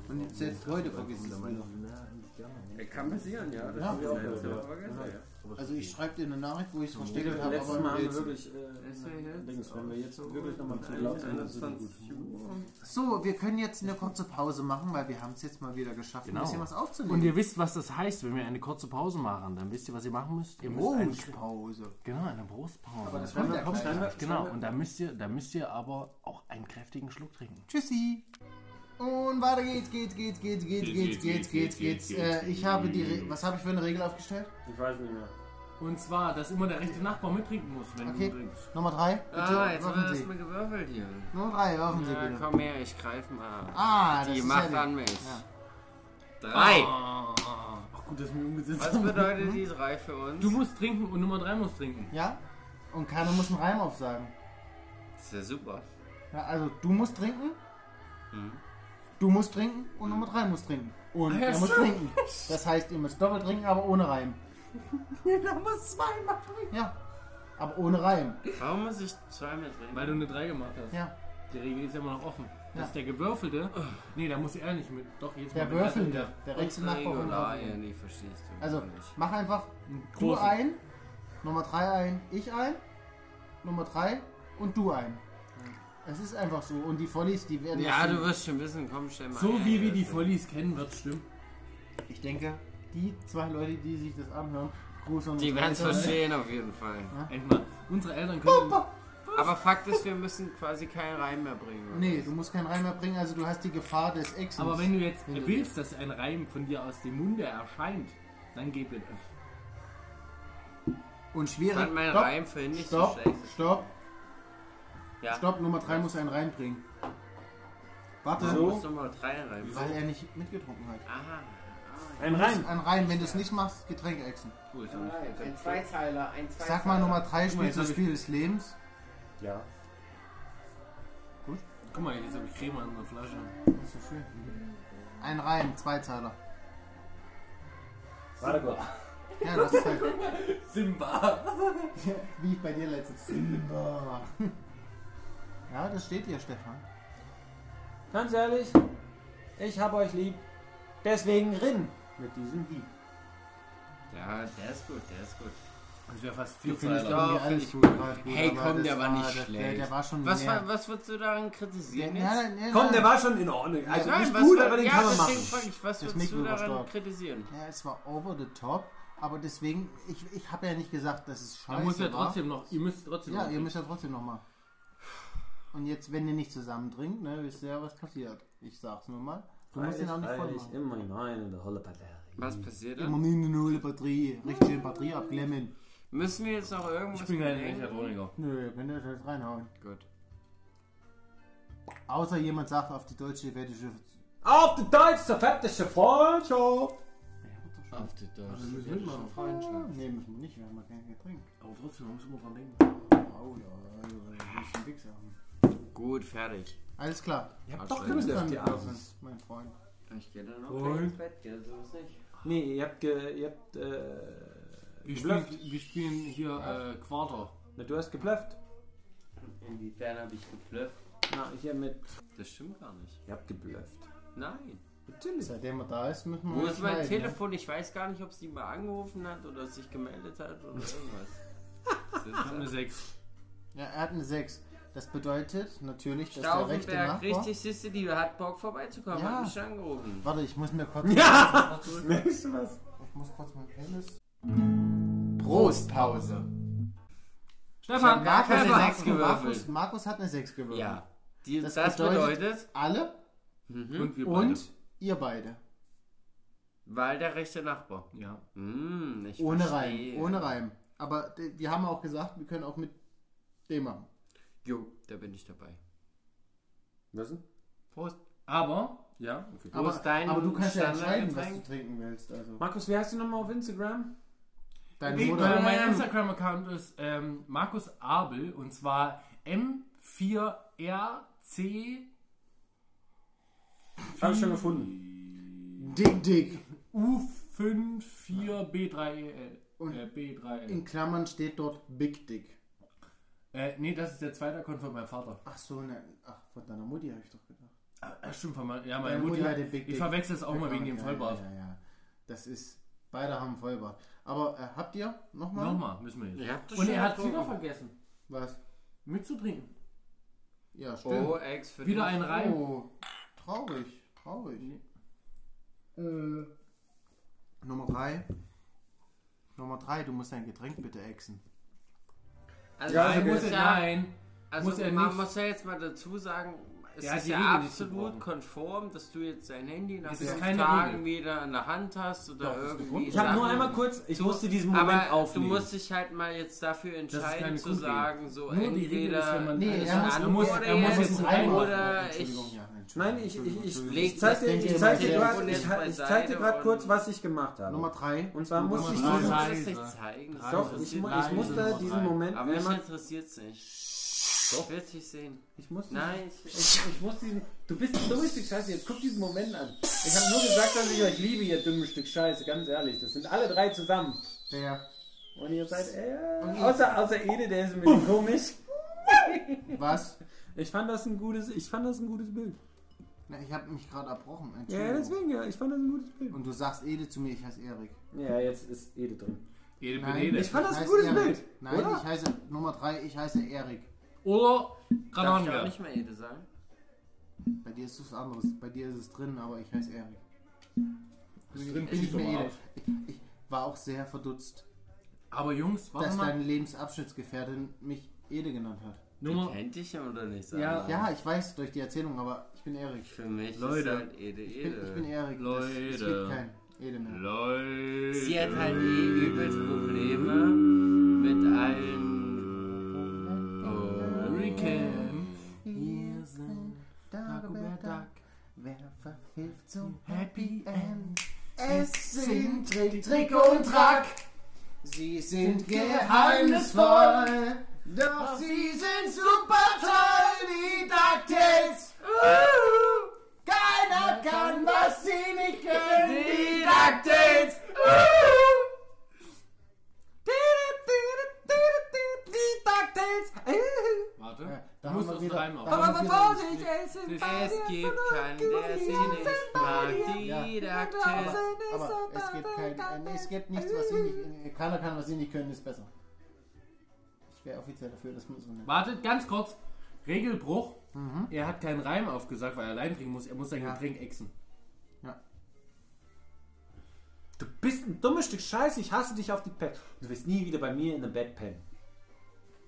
[SPEAKER 1] Und selbst heute vergessen sie es wieder.
[SPEAKER 4] kann passieren, ja. Das
[SPEAKER 1] Ja.
[SPEAKER 4] hab ich auch letzte Woche vergessen. ja.
[SPEAKER 1] Also ich schreibe dir eine Nachricht, wo ich es versteckt habe,
[SPEAKER 2] Letztes
[SPEAKER 1] aber
[SPEAKER 2] Mal haben
[SPEAKER 1] ein
[SPEAKER 2] wir
[SPEAKER 1] Bild.
[SPEAKER 2] wirklich.
[SPEAKER 4] Ist
[SPEAKER 2] Äh,
[SPEAKER 4] ja jetzt
[SPEAKER 2] Dings, wenn wir jetzt
[SPEAKER 4] auch
[SPEAKER 2] wirklich nochmal zu
[SPEAKER 4] eigentlich
[SPEAKER 2] laut sind, dann sind die
[SPEAKER 4] 21 Uhr.
[SPEAKER 1] So, wir können jetzt eine kurze Pause machen, weil wir haben es jetzt mal wieder geschafft, ein
[SPEAKER 5] Genau.
[SPEAKER 1] bisschen was
[SPEAKER 5] Und
[SPEAKER 1] aufzunehmen.
[SPEAKER 5] ihr wisst, was das heißt, wenn wir eine kurze Pause machen. Dann wisst ihr, was ihr machen müsst. Ihr müsst eine,
[SPEAKER 1] Oh, Pause.
[SPEAKER 5] genau, eine Brustpause.
[SPEAKER 2] Aber das
[SPEAKER 1] Kommt
[SPEAKER 2] schreiben
[SPEAKER 1] ja
[SPEAKER 2] wir auch
[SPEAKER 1] gleich.
[SPEAKER 2] schreiben wir-
[SPEAKER 5] genau,
[SPEAKER 2] schreiben
[SPEAKER 5] und da müsst, ihr, da müsst ihr aber auch einen kräftigen Schluck trinken.
[SPEAKER 1] Tschüssi. Und weiter geht's, geht's, geht's, geht's, geht's, geht's, geht's, geht's, geht's. Äh, Ich habe die, Re was habe ich für eine Regel aufgestellt?
[SPEAKER 2] wir- Ich weiß nicht mehr.
[SPEAKER 5] Und zwar, dass immer der rechte Nachbar mittrinken muss, wenn
[SPEAKER 1] Okay.
[SPEAKER 5] du trinkst.
[SPEAKER 1] Nummer drei. Bitte,
[SPEAKER 4] Ah, jetzt
[SPEAKER 1] werfen
[SPEAKER 4] wird
[SPEAKER 1] Sie.
[SPEAKER 4] erstmal gewürfelt hier.
[SPEAKER 1] Nummer drei, werfen Sie
[SPEAKER 4] Na,
[SPEAKER 1] bitte.
[SPEAKER 4] komm her, ich greif mal.
[SPEAKER 1] Ah, das
[SPEAKER 4] Die
[SPEAKER 1] ist
[SPEAKER 4] macht
[SPEAKER 1] ja
[SPEAKER 4] an
[SPEAKER 1] die-
[SPEAKER 4] mich.
[SPEAKER 1] Ja.
[SPEAKER 4] Drei!
[SPEAKER 5] Oh. Ah. Ach gut, dass wir umgesetzt
[SPEAKER 4] Was bedeutet die drei für uns?
[SPEAKER 5] Du musst trinken und Nummer 3 muss trinken.
[SPEAKER 1] Ja? Und keiner muss einen Reim aufsagen.
[SPEAKER 4] Das ist ja super.
[SPEAKER 1] Ja, also du musst trinken.
[SPEAKER 4] Mhm.
[SPEAKER 1] Du musst trinken und Nummer drei muss trinken. Und
[SPEAKER 5] ja,
[SPEAKER 1] er muss
[SPEAKER 5] stimmt.
[SPEAKER 1] trinken. Das heißt, ihr müsst doppelt trinken, aber ohne Reim.
[SPEAKER 5] Jeder muss zweimal trinken.
[SPEAKER 1] Ja. Aber ohne Reim.
[SPEAKER 4] Warum muss ich zweimal trinken?
[SPEAKER 5] Weil du eine 3 gemacht hast.
[SPEAKER 1] Ja.
[SPEAKER 5] Die Regel ist ja immer noch offen.
[SPEAKER 1] Ja.
[SPEAKER 5] Dass der Gewürfelte. Nee, da muss er nicht mit. Doch, jetzt
[SPEAKER 1] Der
[SPEAKER 5] mal mit.
[SPEAKER 4] also
[SPEAKER 1] Würfelnde. Der rechte Nachbar von Würfelnde.
[SPEAKER 4] Regularien, die verstehst du
[SPEAKER 1] Also
[SPEAKER 4] gar nicht.
[SPEAKER 1] mach einfach du
[SPEAKER 5] großen.
[SPEAKER 1] ein, Nummer drei ein, ich ein, Nummer drei und du ein. Es ist einfach so. Und die Follies, die werden.
[SPEAKER 4] Ja,
[SPEAKER 1] schon-
[SPEAKER 4] du wirst schon wissen, komm, stell mal
[SPEAKER 5] So
[SPEAKER 4] her,
[SPEAKER 5] wie wir
[SPEAKER 4] das
[SPEAKER 5] die
[SPEAKER 4] ist-
[SPEAKER 5] Follies kennen, wird stimmen.
[SPEAKER 1] Ich denke, die zwei Leute, die sich das anhören, Gruß und
[SPEAKER 4] Die werden es verstehen auf jeden Fall.
[SPEAKER 5] Endmal. Unsere Eltern können.
[SPEAKER 4] Aber Fakt ist, wir müssen quasi keinen Reim mehr bringen. oder?
[SPEAKER 1] Nee, du musst keinen Reim mehr bringen, also du hast die Gefahr des Exens.
[SPEAKER 5] Aber wenn du jetzt
[SPEAKER 1] Wenn du-
[SPEAKER 5] willst, dass ein Reim von dir aus dem Munde erscheint, dann geh bitte.
[SPEAKER 1] und
[SPEAKER 4] Ich
[SPEAKER 1] schwierig.
[SPEAKER 4] fand meinen
[SPEAKER 1] Stopp,
[SPEAKER 4] Reim vorhin nicht
[SPEAKER 1] Stopp,
[SPEAKER 4] so schlecht.
[SPEAKER 1] stopp,
[SPEAKER 4] Ja.
[SPEAKER 1] stopp, Nummer 3 muss einen reinbringen. Warte,
[SPEAKER 4] Du musst doch mal drei Reim.
[SPEAKER 1] weil er nicht mitgetrunken hat.
[SPEAKER 4] Aha.
[SPEAKER 2] Ein rein.
[SPEAKER 1] Ein Reim, wenn du es nicht machst, Getränke exen.
[SPEAKER 4] Cool, so
[SPEAKER 3] Ein Zweizeiler, ein Zweizeiler.
[SPEAKER 1] Sag mal, Nummer 3
[SPEAKER 5] Guck mal,
[SPEAKER 1] spielt
[SPEAKER 5] jetzt
[SPEAKER 1] das
[SPEAKER 5] hab ich-
[SPEAKER 1] Spiel des Lebens.
[SPEAKER 2] Ja.
[SPEAKER 5] Guck mal, jetzt habe ich Creme an der Flasche.
[SPEAKER 1] Das ist so schön. Ein Reim, Zweizeiler.
[SPEAKER 2] Warte kurz.
[SPEAKER 1] Ja, das ist halt
[SPEAKER 5] Simba!
[SPEAKER 1] <laughs> wie ich bei dir letztens. Simba. <laughs> Ja, das steht hier, Stefan.
[SPEAKER 2] Ganz ehrlich, ich hab euch lieb. Deswegen Rinn. Mit diesem Hieb.
[SPEAKER 4] Ja, der ist gut, der ist gut.
[SPEAKER 5] Das wäre fast
[SPEAKER 1] Du
[SPEAKER 5] viel
[SPEAKER 1] findest
[SPEAKER 4] Zeiler.
[SPEAKER 1] irgendwie
[SPEAKER 4] Ja,
[SPEAKER 1] alles
[SPEAKER 4] find ich
[SPEAKER 1] gut,
[SPEAKER 4] gut.
[SPEAKER 1] alles gut,
[SPEAKER 4] Hey,
[SPEAKER 1] aber
[SPEAKER 4] komm,
[SPEAKER 1] das
[SPEAKER 4] der war nicht
[SPEAKER 1] das- Der,
[SPEAKER 4] schlecht.
[SPEAKER 1] der war schon
[SPEAKER 4] Was,
[SPEAKER 1] mehr.
[SPEAKER 4] war, was würdest du daran
[SPEAKER 1] der,
[SPEAKER 4] kritisieren
[SPEAKER 1] nein,
[SPEAKER 4] jetzt?
[SPEAKER 1] nein, nein,
[SPEAKER 2] Komm,
[SPEAKER 1] nein.
[SPEAKER 2] der war schon in Ordnung. Also nicht
[SPEAKER 4] was
[SPEAKER 2] gut,
[SPEAKER 4] wür-
[SPEAKER 2] aber den
[SPEAKER 4] ja,
[SPEAKER 2] kann man
[SPEAKER 4] deswegen
[SPEAKER 2] machen.
[SPEAKER 4] frag ich, was
[SPEAKER 1] Das
[SPEAKER 4] würdest
[SPEAKER 1] Mikro
[SPEAKER 4] du
[SPEAKER 1] war
[SPEAKER 4] daran
[SPEAKER 1] stark.
[SPEAKER 4] kritisieren?
[SPEAKER 1] Ja, es war over the top, aber deswegen, ich, ich habe ja nicht gesagt, dass es scheiße
[SPEAKER 5] Man muss ja
[SPEAKER 1] war.
[SPEAKER 5] trotzdem noch. Ihr müsst trotzdem
[SPEAKER 1] Ja,
[SPEAKER 5] noch.
[SPEAKER 1] ihr müsst ja trotzdem nochmal. Und jetzt, wenn ihr nicht zusammen trinkt, ne, wisst ihr ja, was passiert. Ich sag's nur mal. Du musst ihn auch nicht voll machen.
[SPEAKER 2] immer hinein in der Holle Batterie.
[SPEAKER 4] Was passiert
[SPEAKER 1] Immer
[SPEAKER 4] dann?
[SPEAKER 1] nie eine nulle Batterie. Richtig schön Batterie abklemmen.
[SPEAKER 4] Müssen wir jetzt noch irgendwas
[SPEAKER 5] ich bin kein
[SPEAKER 4] bedenken?
[SPEAKER 5] Mechatroniker.
[SPEAKER 1] Nö, ihr könnt euch jetzt reinhauen.
[SPEAKER 4] Gut.
[SPEAKER 1] Außer jemand sagt auf die deutsche Wettische.
[SPEAKER 2] Auf die deutsche fettische Freundschaft.
[SPEAKER 4] Auf die Deutsche.
[SPEAKER 1] Nee, müssen wir nicht, wir haben ja kein Getränk.
[SPEAKER 5] Aber trotzdem, muss man dran denken.
[SPEAKER 1] Oh ja, also, wir müssen Wichser haben.
[SPEAKER 4] Gut, fertig.
[SPEAKER 1] Alles klar.
[SPEAKER 2] Ihr habt
[SPEAKER 4] Ach,
[SPEAKER 2] doch
[SPEAKER 4] schön.
[SPEAKER 1] Bis dann,
[SPEAKER 2] gelöst, ihr Affen.
[SPEAKER 1] mein Freund.
[SPEAKER 4] Ich gehe dann noch.
[SPEAKER 3] Ins
[SPEAKER 5] Und
[SPEAKER 3] Bett geht, so ist nicht.
[SPEAKER 2] Nee, ihr habt, ge, ihr habt äh,
[SPEAKER 5] wir
[SPEAKER 2] geblufft.
[SPEAKER 5] spielen, wir spielen hier äh, Quarter.
[SPEAKER 2] Na, du hast geblufft.
[SPEAKER 4] Inwiefern habe ich geblufft?
[SPEAKER 2] Na, hier mit...
[SPEAKER 4] Das stimmt gar nicht.
[SPEAKER 2] Ihr habt geblufft.
[SPEAKER 4] Nein.
[SPEAKER 2] Natürlich.
[SPEAKER 1] Seitdem er da ist, müssen wir.
[SPEAKER 4] Wo
[SPEAKER 1] uns ne?
[SPEAKER 4] ist mein
[SPEAKER 1] schneiden,
[SPEAKER 4] Telefon? Ich weiß gar nicht, ob sie mal angerufen hat oder sich gemeldet hat oder irgendwas. Das ist
[SPEAKER 5] Ich habe eine 6.
[SPEAKER 1] Ne? Ja, er hat eine 6. Das bedeutet natürlich, dass der rechte
[SPEAKER 4] Stauffenberg,
[SPEAKER 1] Nachbar.
[SPEAKER 4] richtig, siehst du, die hat Bock vorbeizukommen,
[SPEAKER 1] Ja.
[SPEAKER 4] hat mich
[SPEAKER 1] <laughs>
[SPEAKER 4] schon angerufen.
[SPEAKER 1] Warte, ich muss mir kurz.
[SPEAKER 2] Ja! Merkst du was?
[SPEAKER 1] Ich muss kurz mein Playlist. Prostpause.
[SPEAKER 5] Stefan,
[SPEAKER 4] Ja,
[SPEAKER 1] Markus,
[SPEAKER 4] keine
[SPEAKER 1] hat-
[SPEAKER 4] Sechs gewürfelt.
[SPEAKER 1] Markus, Markus hat eine 6 gewürfelt.
[SPEAKER 4] Ja, Hm? die,
[SPEAKER 1] Das
[SPEAKER 4] das,
[SPEAKER 1] bedeutet-
[SPEAKER 4] bedeutet,
[SPEAKER 1] Alle
[SPEAKER 5] Und wir beide.
[SPEAKER 1] und ihr beide.
[SPEAKER 4] weil der rechte Nachbar.
[SPEAKER 5] Ja.
[SPEAKER 4] Hm, ich
[SPEAKER 1] Ohne
[SPEAKER 4] verstehe.
[SPEAKER 1] Reim. Ohne Reim. Aber d- wir haben auch gesagt, wir können auch mit dem machen.
[SPEAKER 4] Jo, da bin ich dabei.
[SPEAKER 2] Was denn?
[SPEAKER 4] Prost.
[SPEAKER 5] Aber, ja, okay.
[SPEAKER 1] Aber,
[SPEAKER 4] ist dein
[SPEAKER 1] aber du kannst ja
[SPEAKER 4] Standardgetränk?
[SPEAKER 1] entscheiden, was du trinken willst. Also.
[SPEAKER 2] Markus, wie heißt du nochmal auf Instagram?
[SPEAKER 1] Deine
[SPEAKER 5] Ich,
[SPEAKER 1] Mutter.
[SPEAKER 5] weil mein Instagram-Account ist ähm, Markus Abel und zwar M4RC.
[SPEAKER 2] Habe ich schon gefunden.
[SPEAKER 1] Dick, dick.
[SPEAKER 5] U54B3EL.
[SPEAKER 1] Und
[SPEAKER 5] äh, B3L.
[SPEAKER 1] In Klammern steht dort Big Dick.
[SPEAKER 5] Äh, nee, das ist der zweite Account von meinem Vater.
[SPEAKER 1] Ach so, ne, ach, von deiner Mutti habe ich doch gedacht.
[SPEAKER 5] Äh, stimmt, von meinem, ja, meine
[SPEAKER 1] Deine
[SPEAKER 5] Mutti.
[SPEAKER 1] Mutti
[SPEAKER 5] Hat,
[SPEAKER 1] hatte Big
[SPEAKER 5] ich
[SPEAKER 1] Dick.
[SPEAKER 5] verwechsel es auch mal wegen dem
[SPEAKER 1] Ja,
[SPEAKER 5] Vollbart.
[SPEAKER 1] Ja, ja, ja. Das ist, beide haben Vollbart. Aber äh, habt ihr nochmal?
[SPEAKER 5] Nochmal, müssen wir jetzt.
[SPEAKER 4] Ihr habt das
[SPEAKER 5] Und
[SPEAKER 4] schon
[SPEAKER 5] er hat
[SPEAKER 4] getrunken.
[SPEAKER 5] wieder vergessen,
[SPEAKER 1] Was?
[SPEAKER 5] mitzutrinken.
[SPEAKER 1] Ja, stimmt.
[SPEAKER 4] Oh, Ex für
[SPEAKER 5] Wieder
[SPEAKER 4] dich.
[SPEAKER 5] einen rein.
[SPEAKER 1] Oh, traurig, traurig. Äh, Nummer 3. Nummer 3, du musst dein Getränk bitte exen.
[SPEAKER 4] Also,
[SPEAKER 2] Ja,
[SPEAKER 4] man
[SPEAKER 2] also
[SPEAKER 4] muss
[SPEAKER 5] muss er,
[SPEAKER 4] ja,
[SPEAKER 5] nein.
[SPEAKER 4] also
[SPEAKER 5] muss er
[SPEAKER 4] man
[SPEAKER 5] nicht.
[SPEAKER 4] muss ja jetzt mal dazu sagen, es
[SPEAKER 5] Er hat
[SPEAKER 4] ist
[SPEAKER 5] die
[SPEAKER 4] ja
[SPEAKER 5] Regel nicht
[SPEAKER 4] absolut
[SPEAKER 5] gebrochen.
[SPEAKER 4] konform, dass du jetzt dein Handy nach
[SPEAKER 5] Es ist
[SPEAKER 4] fünf
[SPEAKER 5] keine
[SPEAKER 4] Tagen
[SPEAKER 5] Regel.
[SPEAKER 4] wieder in der Hand hast oder
[SPEAKER 5] Doch, das ist
[SPEAKER 4] irgendwie.
[SPEAKER 5] gebrochen.
[SPEAKER 2] Ich habe nur
[SPEAKER 4] Sachen-
[SPEAKER 2] einmal kurz, ich
[SPEAKER 4] Du-
[SPEAKER 2] musste diesen Moment
[SPEAKER 4] aber
[SPEAKER 2] aufnehmen.
[SPEAKER 4] Du musst dich halt mal jetzt dafür
[SPEAKER 5] ist
[SPEAKER 4] entscheiden
[SPEAKER 5] keine
[SPEAKER 4] zu
[SPEAKER 5] Grundregel.
[SPEAKER 4] sagen, so
[SPEAKER 5] Nur die Regel
[SPEAKER 4] entweder
[SPEAKER 5] ist, wenn man
[SPEAKER 1] Nee,
[SPEAKER 5] alles
[SPEAKER 1] er muss-
[SPEAKER 5] an-
[SPEAKER 1] Äh, er
[SPEAKER 5] muss,
[SPEAKER 4] oder
[SPEAKER 5] er muss
[SPEAKER 4] jetzt
[SPEAKER 5] es rein.
[SPEAKER 4] oder-
[SPEAKER 1] Äh,
[SPEAKER 4] ich-
[SPEAKER 1] Entschuldigung, ja, Entschuldigung.
[SPEAKER 2] Nein, ich, ich,
[SPEAKER 1] Entschuldigung,
[SPEAKER 2] ich,
[SPEAKER 1] Entschuldigung.
[SPEAKER 4] leg
[SPEAKER 2] ich zeig dir,
[SPEAKER 1] das
[SPEAKER 2] ich
[SPEAKER 1] Ding
[SPEAKER 2] zeig
[SPEAKER 1] hier
[SPEAKER 2] dir
[SPEAKER 1] mal
[SPEAKER 2] grad-
[SPEAKER 4] jetzt
[SPEAKER 2] ich, ha- ich zeig dir
[SPEAKER 4] beiseite
[SPEAKER 2] gerade
[SPEAKER 4] und-
[SPEAKER 2] kurz, was ich gemacht habe.
[SPEAKER 1] Nummer 3.
[SPEAKER 2] Und zwar muss
[SPEAKER 1] Nummer
[SPEAKER 2] ich
[SPEAKER 1] drei.
[SPEAKER 2] diesen,
[SPEAKER 5] Nein.
[SPEAKER 4] das nicht zeigen. Das
[SPEAKER 2] doch, ich,
[SPEAKER 4] interessiert
[SPEAKER 2] mu-
[SPEAKER 4] mich
[SPEAKER 2] ich musste
[SPEAKER 5] Nummer drei.
[SPEAKER 2] diesen Moment
[SPEAKER 4] Aber mich
[SPEAKER 2] einmal,
[SPEAKER 4] interessiert es nicht. Doch. Ich will es nicht sehen.
[SPEAKER 2] ich musste,
[SPEAKER 4] Nein, ich,
[SPEAKER 2] ich, ich musste diesen, du bist ein dummes Stück Scheiße, jetzt guck diesen Moment an. Ich habe nur gesagt, dass ich euch liebe, ihr dummes Stück Scheiße, ganz ehrlich, das sind alle drei zusammen.
[SPEAKER 1] Der,
[SPEAKER 2] Und ihr seid, äh, außer, außer Ede, der ist ein bisschen komisch.
[SPEAKER 1] was?
[SPEAKER 2] Ich fand das ein gutes, ich fand das ein gutes Bild.
[SPEAKER 1] Na, ich habe mich gerade erbrochen.
[SPEAKER 2] Ja,
[SPEAKER 1] Entschuldigung.
[SPEAKER 2] deswegen, ja, ich fand das ein gutes Bild.
[SPEAKER 1] Und du sagst Ede zu mir, ich heiße Erik.
[SPEAKER 2] Ja, jetzt ist Ede drin.
[SPEAKER 5] Jede
[SPEAKER 1] Nein.
[SPEAKER 5] Benede.
[SPEAKER 2] Ich fand das
[SPEAKER 1] Ich
[SPEAKER 2] ein
[SPEAKER 1] heiße
[SPEAKER 2] gutes
[SPEAKER 1] Erik.
[SPEAKER 2] Bild.
[SPEAKER 1] Nein,
[SPEAKER 2] oder?
[SPEAKER 1] ich heiße Nummer 3, ich heiße Erik.
[SPEAKER 5] Oder
[SPEAKER 4] darf ich auch
[SPEAKER 5] Granatenwerk.
[SPEAKER 4] nicht mehr Ede sagen.
[SPEAKER 1] Bei dir ist es anderes. Bei dir ist es drin, aber ich heiße Erik.
[SPEAKER 5] Das drin,
[SPEAKER 1] Ich,
[SPEAKER 5] schieß doch mal
[SPEAKER 1] mir Ede.
[SPEAKER 5] aus.
[SPEAKER 1] ich, ich war auch sehr verdutzt,
[SPEAKER 5] Aber Jungs, warte
[SPEAKER 1] dass
[SPEAKER 5] mal.
[SPEAKER 1] deine Lebensabschnittsgefährtin mich Ede genannt hat.
[SPEAKER 5] Nummer.
[SPEAKER 4] Kennt dich ja oder nicht?
[SPEAKER 5] Ja.
[SPEAKER 4] Sandra?
[SPEAKER 1] Ja, ich weiß durch die Erzählung, aber ich bin Erik.
[SPEAKER 4] Für mich
[SPEAKER 5] Leute.
[SPEAKER 4] ist halt Ede
[SPEAKER 1] Ich bin, ich bin
[SPEAKER 4] Ede.
[SPEAKER 1] Erik. Es, es
[SPEAKER 5] Leute.
[SPEAKER 1] gibt kein Ede mehr.
[SPEAKER 5] Leute.
[SPEAKER 4] Sie hat halt eh übelst Probleme mit allen.
[SPEAKER 5] Oh.
[SPEAKER 4] Oh.
[SPEAKER 5] Hurricane. Hier sind Dagobert Duck.
[SPEAKER 1] Wer verfehlt zum
[SPEAKER 5] Happy End.
[SPEAKER 1] Es sind Trick, Trick und Track. Sie sind geheimnisvoll. Doch sie sind super toll, die DuckTales. Uh, keiner kann, was sie nicht können, die DuckTales.
[SPEAKER 5] Warte.
[SPEAKER 1] Da
[SPEAKER 5] Du musst
[SPEAKER 1] haben wir
[SPEAKER 5] das
[SPEAKER 1] wieder-
[SPEAKER 5] reinmachen.
[SPEAKER 1] da haben wir wieder-
[SPEAKER 4] Es gibt keinen, der sie nicht mag.
[SPEAKER 1] Ja.
[SPEAKER 4] Die Daktis.
[SPEAKER 1] Aber es gibt, kein, äh, es gibt nichts, was sie nicht. <laughs> äh, Keiner kann, was sie nicht können, ist besser. Ich wäre offiziell dafür, dass man so nennt.
[SPEAKER 5] Wartet ganz kurz. Regelbruch. Er hat keinen Reim aufgesagt, weil er allein trinken muss. Er muss sein
[SPEAKER 1] Mhm. Ja.
[SPEAKER 5] Getränk exen.
[SPEAKER 2] Du bist ein dummes Stück Scheiße, ich hasse dich auf die Pet. Du wirst nie wieder bei mir in einem Bett pennen.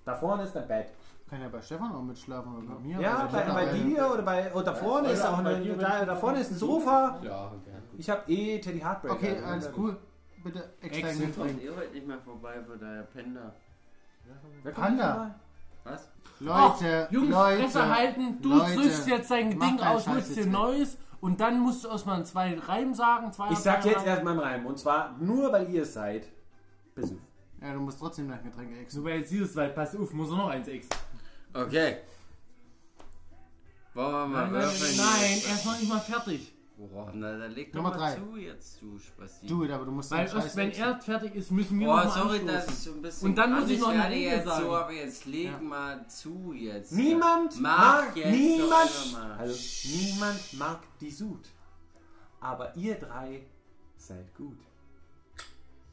[SPEAKER 2] Da vorne ist ein Bett.
[SPEAKER 1] Kann ja bei Stefan auch mitschlafen oder bei mir.
[SPEAKER 2] Ja,
[SPEAKER 1] Also
[SPEAKER 2] bei,
[SPEAKER 1] jeder
[SPEAKER 2] bei
[SPEAKER 1] eine.
[SPEAKER 2] dir oder bei. Und da vorne ist auch eine. Da, da vorne ist ein Sofa.
[SPEAKER 4] Ja, okay.
[SPEAKER 2] Ich habe eh Teddy Heartbreaker.
[SPEAKER 1] Okay, alles cool. Bitte extra
[SPEAKER 5] Extra.
[SPEAKER 4] Kommt
[SPEAKER 1] Getränk.
[SPEAKER 4] ihr heute nicht mehr vorbei von der Pender?
[SPEAKER 1] Panda.
[SPEAKER 4] Was?
[SPEAKER 1] Leute,
[SPEAKER 5] Jungs,
[SPEAKER 1] Leute,
[SPEAKER 5] Fresse halten. Du
[SPEAKER 1] Leute,
[SPEAKER 5] rüstest jetzt dein
[SPEAKER 1] macht
[SPEAKER 5] Ding
[SPEAKER 1] einen
[SPEAKER 5] aus,
[SPEAKER 1] Scheiß
[SPEAKER 5] rüstest dir
[SPEAKER 1] jetzt weg.
[SPEAKER 5] neues. Und dann musst du erstmal einen zweiten Reim sagen. Zwei
[SPEAKER 2] Ich sag jetzt
[SPEAKER 5] erst.
[SPEAKER 2] erstmal einen Reim. Und zwar nur, weil ihr es seid. Besuch.
[SPEAKER 1] Ja, du musst trotzdem dein Getränk extra.
[SPEAKER 5] So, wer jetzt dieses Wald, pass auf, muss er noch eins exen.
[SPEAKER 4] Okay. Wollen wir mal
[SPEAKER 5] Nein,
[SPEAKER 4] würfeln?
[SPEAKER 5] nein, er ist noch nicht mal fertig.
[SPEAKER 4] Boah, na, dann leg doch
[SPEAKER 1] Nummer drei.
[SPEAKER 4] mal zu jetzt, du Spasti.
[SPEAKER 1] Do it, aber du musst
[SPEAKER 5] Weil
[SPEAKER 1] deinen Scheiß
[SPEAKER 5] erst wenn
[SPEAKER 1] extra.
[SPEAKER 5] er fertig ist, müssen
[SPEAKER 1] Oh,
[SPEAKER 5] wir
[SPEAKER 4] Boah,
[SPEAKER 5] noch mal
[SPEAKER 4] sorry,
[SPEAKER 5] anstoßen.
[SPEAKER 4] dass ich so ein bisschen.
[SPEAKER 5] Und dann muss ich noch eine
[SPEAKER 4] werde
[SPEAKER 5] Regel
[SPEAKER 4] jetzt
[SPEAKER 5] sagen.
[SPEAKER 4] so, aber jetzt leg mal zu jetzt.
[SPEAKER 2] Niemand
[SPEAKER 4] Mach
[SPEAKER 2] mag.
[SPEAKER 4] jetzt
[SPEAKER 2] Niemand.
[SPEAKER 4] doch mal.
[SPEAKER 2] Also, niemand mag die Sud. Aber ihr drei seid gut.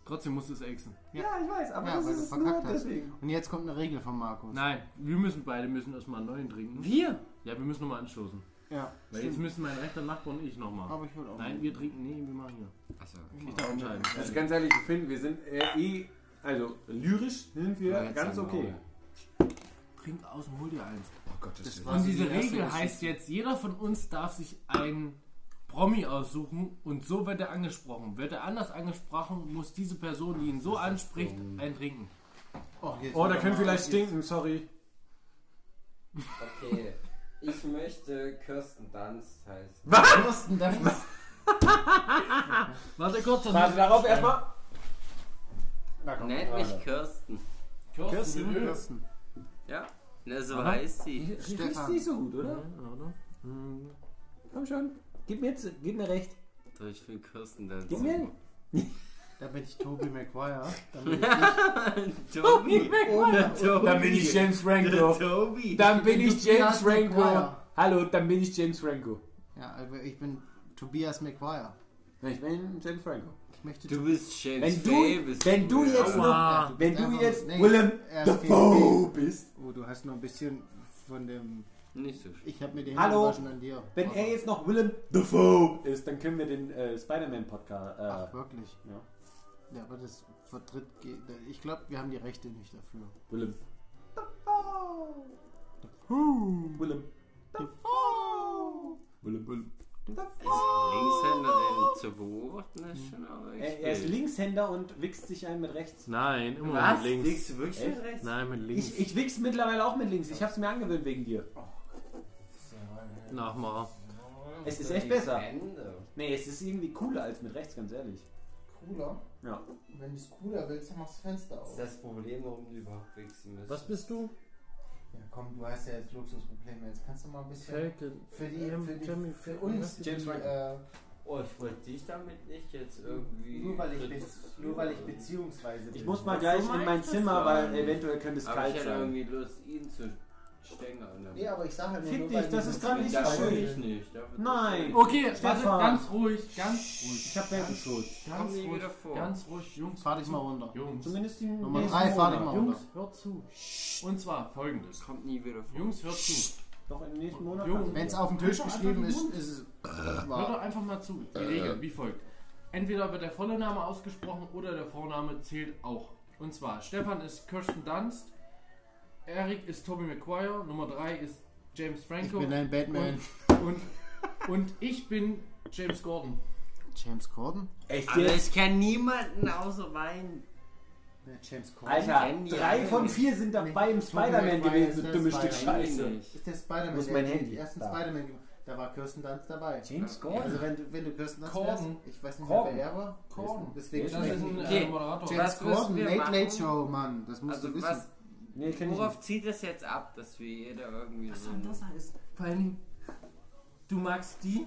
[SPEAKER 5] Trotzdem musst du es exen.
[SPEAKER 1] Ja.
[SPEAKER 2] ich weiß, aber
[SPEAKER 1] Ja, weil du verkackt hast. Und jetzt kommt eine Regel von Markus.
[SPEAKER 5] Nein, wir müssen beide müssen erstmal einen neuen trinken.
[SPEAKER 4] Wir?
[SPEAKER 5] Ja, wir müssen nochmal anstoßen.
[SPEAKER 1] Ja,
[SPEAKER 5] Weil jetzt müssen mein rechter Nachbar und ich nochmal.
[SPEAKER 1] aber Genau. ich will auch.
[SPEAKER 5] Nein, wir trinken. Nee, wir machen hier.
[SPEAKER 4] Achso.
[SPEAKER 5] Ich darf entscheiden.
[SPEAKER 2] Also ganz ehrlich, ich finde, wir sind äh, eh, also lyrisch sind wir
[SPEAKER 4] Ja, jetzt
[SPEAKER 2] ganz
[SPEAKER 4] haben wir
[SPEAKER 2] okay.
[SPEAKER 5] Trink aus und hol dir eins.
[SPEAKER 4] Oh Gott, das
[SPEAKER 1] Das
[SPEAKER 4] ist
[SPEAKER 1] war
[SPEAKER 5] Und
[SPEAKER 1] so
[SPEAKER 5] diese
[SPEAKER 1] Also die erste
[SPEAKER 5] Regel
[SPEAKER 1] Geschichte.
[SPEAKER 5] heißt jetzt, jeder von uns darf sich ein Promi aussuchen und so wird er angesprochen. Wird er anders angesprochen, muss diese Person, die ihn so anspricht, ein trinken.
[SPEAKER 1] Oh, jetzt
[SPEAKER 2] Oh, da
[SPEAKER 1] wird
[SPEAKER 2] können
[SPEAKER 1] aber-
[SPEAKER 2] vielleicht stinken, sorry.
[SPEAKER 4] Okay. Ich möchte Kirsten Dunst heißen.
[SPEAKER 1] Was? Kirsten Dunst.
[SPEAKER 5] Warte kurz, das
[SPEAKER 2] Warte
[SPEAKER 5] muss-
[SPEAKER 2] darauf erstmal. Na komm,
[SPEAKER 4] Nennt
[SPEAKER 2] gerade.
[SPEAKER 4] mich Kirsten.
[SPEAKER 5] Kirsten, Öl.
[SPEAKER 1] Kirsten.
[SPEAKER 4] Ja, ne, so heißt sie.
[SPEAKER 2] Riecht
[SPEAKER 1] Stefan. Mhm.
[SPEAKER 2] nicht so gut, oder? Hm. Komm schon. Gib mir, jetzt- gib mir recht.
[SPEAKER 4] Doch, ich bin Kirsten dann.
[SPEAKER 2] Gib mir.
[SPEAKER 1] Da bin ich Toby Maguire. Dann bin
[SPEAKER 4] Tobi.
[SPEAKER 1] ich
[SPEAKER 4] Tobi.
[SPEAKER 2] Dann bin ich James
[SPEAKER 4] Der
[SPEAKER 2] Franco.
[SPEAKER 4] Tobi.
[SPEAKER 2] <laughs> Dann bin ich James
[SPEAKER 1] Tobias
[SPEAKER 2] Franco.
[SPEAKER 1] Maguire.
[SPEAKER 2] Hallo, dann bin ich James Franco.
[SPEAKER 1] ja, aber ich bin Tobias Maguire.
[SPEAKER 2] Ich bin James Franco.
[SPEAKER 1] Ich möchte
[SPEAKER 4] Du bist James
[SPEAKER 2] Wenn
[SPEAKER 4] Davis.
[SPEAKER 2] du, wenn du
[SPEAKER 4] Bruder.
[SPEAKER 2] jetzt
[SPEAKER 5] Aua.
[SPEAKER 2] noch, wenn du
[SPEAKER 1] Einfach
[SPEAKER 2] jetzt
[SPEAKER 1] nicht.
[SPEAKER 2] Willem
[SPEAKER 1] Er ist
[SPEAKER 2] Dafoe bist,
[SPEAKER 1] Oh, du hast noch ein bisschen von dem.
[SPEAKER 4] Nicht so schlimm.
[SPEAKER 1] Ich habe mir die
[SPEAKER 2] Hallo.
[SPEAKER 1] Hände waschen an dir. Oh,
[SPEAKER 2] wenn er jetzt noch Willem Dafoe ist, dann können wir den äh, Spider-Man-Podcast. Äh,
[SPEAKER 1] Ach, wirklich.
[SPEAKER 2] ja.
[SPEAKER 1] Ja, aber das vertritt. ge- Ich glaube, wir haben die Rechte nicht dafür.
[SPEAKER 2] Willem. Willem. Willem. Willem.
[SPEAKER 4] Linkshänder, denn zu beobachten ist schon aber
[SPEAKER 2] Er, er ist Linkshänder und wichst sich ein mit rechts.
[SPEAKER 5] Nein, immer
[SPEAKER 4] Was?
[SPEAKER 5] mit links.
[SPEAKER 4] Liegst du wirklich mit
[SPEAKER 2] Echt?
[SPEAKER 4] rechts?
[SPEAKER 5] Nein, mit links.
[SPEAKER 2] Ich, ich wichs mittlerweile auch mit links. Ich hab's mir angewöhnt wegen dir.
[SPEAKER 5] Nachmacher.
[SPEAKER 2] Es ist echt besser. Nee, es ist irgendwie cooler als mit rechts, ganz ehrlich.
[SPEAKER 1] Cooler.
[SPEAKER 2] Ja.
[SPEAKER 1] Wenn du es cooler willst, dann machst du das Fenster
[SPEAKER 4] Das
[SPEAKER 1] auf.
[SPEAKER 4] ist das Problem, warum du überhaupt wichsen müssen.
[SPEAKER 5] Was bist du?
[SPEAKER 1] Ja, komm, du hast ja jetzt Luxusprobleme. Jetzt kannst du mal ein bisschen.
[SPEAKER 5] Falcon. Ähm,
[SPEAKER 1] Für die, für die,
[SPEAKER 5] Jimmy,
[SPEAKER 1] für uns,
[SPEAKER 5] Falcon.
[SPEAKER 2] James
[SPEAKER 1] die,
[SPEAKER 2] Franco.
[SPEAKER 1] äh,
[SPEAKER 4] Oh, ich wollte dich damit nicht jetzt irgendwie.
[SPEAKER 1] nur weil ich, be nur weil ich beziehungsweise.
[SPEAKER 2] Ich
[SPEAKER 1] bin.
[SPEAKER 2] muss mal
[SPEAKER 4] Was
[SPEAKER 2] gleich
[SPEAKER 4] du
[SPEAKER 2] in mein
[SPEAKER 4] meinst,
[SPEAKER 2] Zimmer,
[SPEAKER 4] das
[SPEAKER 2] weil
[SPEAKER 4] war-
[SPEAKER 2] eventuell könnte es
[SPEAKER 4] Aber ich
[SPEAKER 2] kalt
[SPEAKER 4] hätte
[SPEAKER 2] sein.
[SPEAKER 4] irgendwie Lust, ihn zu stängern. ne?
[SPEAKER 1] Nee, aber ich sag halt nur,
[SPEAKER 2] Fick
[SPEAKER 1] nur
[SPEAKER 2] dich,
[SPEAKER 1] weil
[SPEAKER 2] das
[SPEAKER 1] die-
[SPEAKER 2] ist gerade nicht
[SPEAKER 4] das
[SPEAKER 2] so
[SPEAKER 4] will
[SPEAKER 2] schön.
[SPEAKER 4] ich nicht. Da wird-
[SPEAKER 2] Nein.
[SPEAKER 5] Okay, warte,
[SPEAKER 2] Stefan.
[SPEAKER 5] ganz ruhig, ganz ruhig.
[SPEAKER 2] Ich hab Werbung schuld.
[SPEAKER 4] Komm
[SPEAKER 5] Ganz
[SPEAKER 4] nie
[SPEAKER 5] ruhig,
[SPEAKER 4] wieder vor.
[SPEAKER 5] ganz ruhig, Jungs.
[SPEAKER 1] Fahr dich mal runter.
[SPEAKER 5] Jungs,
[SPEAKER 2] Zumindest die
[SPEAKER 1] Nummer
[SPEAKER 2] nächsten
[SPEAKER 1] drei, fahr dich
[SPEAKER 2] Monate.
[SPEAKER 1] mal runter.
[SPEAKER 5] Jungs, hört zu. Und zwar folgendes.
[SPEAKER 4] Kommt nie wieder vor.
[SPEAKER 5] Jungs, hört zu.
[SPEAKER 2] Doch in den nächsten Monat.
[SPEAKER 5] Jungs.
[SPEAKER 1] Wenn es auf dem Tisch
[SPEAKER 5] Einfach
[SPEAKER 1] geschrieben
[SPEAKER 5] den
[SPEAKER 1] ist,
[SPEAKER 5] Mund.
[SPEAKER 1] ist es.
[SPEAKER 5] Hört doch
[SPEAKER 1] wahr.
[SPEAKER 5] einfach mal zu. Die Regeln wie folgt. Entweder wird der volle Name ausgesprochen oder der Vorname zählt auch. Und zwar, Stefan ist Kirsten Dunst, Eric ist Toby McGuire, Nummer 3 ist James
[SPEAKER 1] Ich
[SPEAKER 5] Franco
[SPEAKER 1] bin ein Batman.
[SPEAKER 5] und, und ich bin James Gordon.
[SPEAKER 1] James Corden?
[SPEAKER 2] Echt
[SPEAKER 4] Aber
[SPEAKER 2] jetzt?
[SPEAKER 4] ich kenne niemanden außer Wein.
[SPEAKER 1] Nee, James Corden.
[SPEAKER 2] Alter,
[SPEAKER 4] Handy
[SPEAKER 2] drei
[SPEAKER 4] an.
[SPEAKER 2] von vier sind dabei im
[SPEAKER 1] Tut mir
[SPEAKER 2] Spider-Man
[SPEAKER 1] leid,
[SPEAKER 2] gewesen, du
[SPEAKER 1] das
[SPEAKER 2] dummes
[SPEAKER 1] war
[SPEAKER 2] Stück
[SPEAKER 1] ja
[SPEAKER 2] Scheiße.
[SPEAKER 4] Nicht.
[SPEAKER 1] Ist der Spider-Man,
[SPEAKER 2] Muss
[SPEAKER 1] der
[SPEAKER 2] mein
[SPEAKER 1] den
[SPEAKER 2] Handy
[SPEAKER 1] ersten
[SPEAKER 2] da.
[SPEAKER 1] Spider-Man gemacht Da war Kirsten Dunst dabei.
[SPEAKER 2] James
[SPEAKER 1] Also wenn du, wenn du Kirsten Dunst
[SPEAKER 5] Corden.
[SPEAKER 1] wärst, ich weiß nicht,
[SPEAKER 2] Corden.
[SPEAKER 1] wer er war.
[SPEAKER 5] Corden.
[SPEAKER 1] Deswegen
[SPEAKER 5] Das ist ein
[SPEAKER 4] Okay.
[SPEAKER 5] äh, Moderator.
[SPEAKER 1] James
[SPEAKER 4] Was müssen
[SPEAKER 1] Corden,
[SPEAKER 4] wir
[SPEAKER 1] Late
[SPEAKER 4] machen?
[SPEAKER 1] Late Show, Mann. Das musst
[SPEAKER 4] Also
[SPEAKER 1] du
[SPEAKER 4] was,
[SPEAKER 1] wissen.
[SPEAKER 2] Nee, kenn ich nicht.
[SPEAKER 4] worauf zieht das jetzt ab, dass wir jeder irgendwie so...
[SPEAKER 5] heißt? Vor allen Dingen, du magst die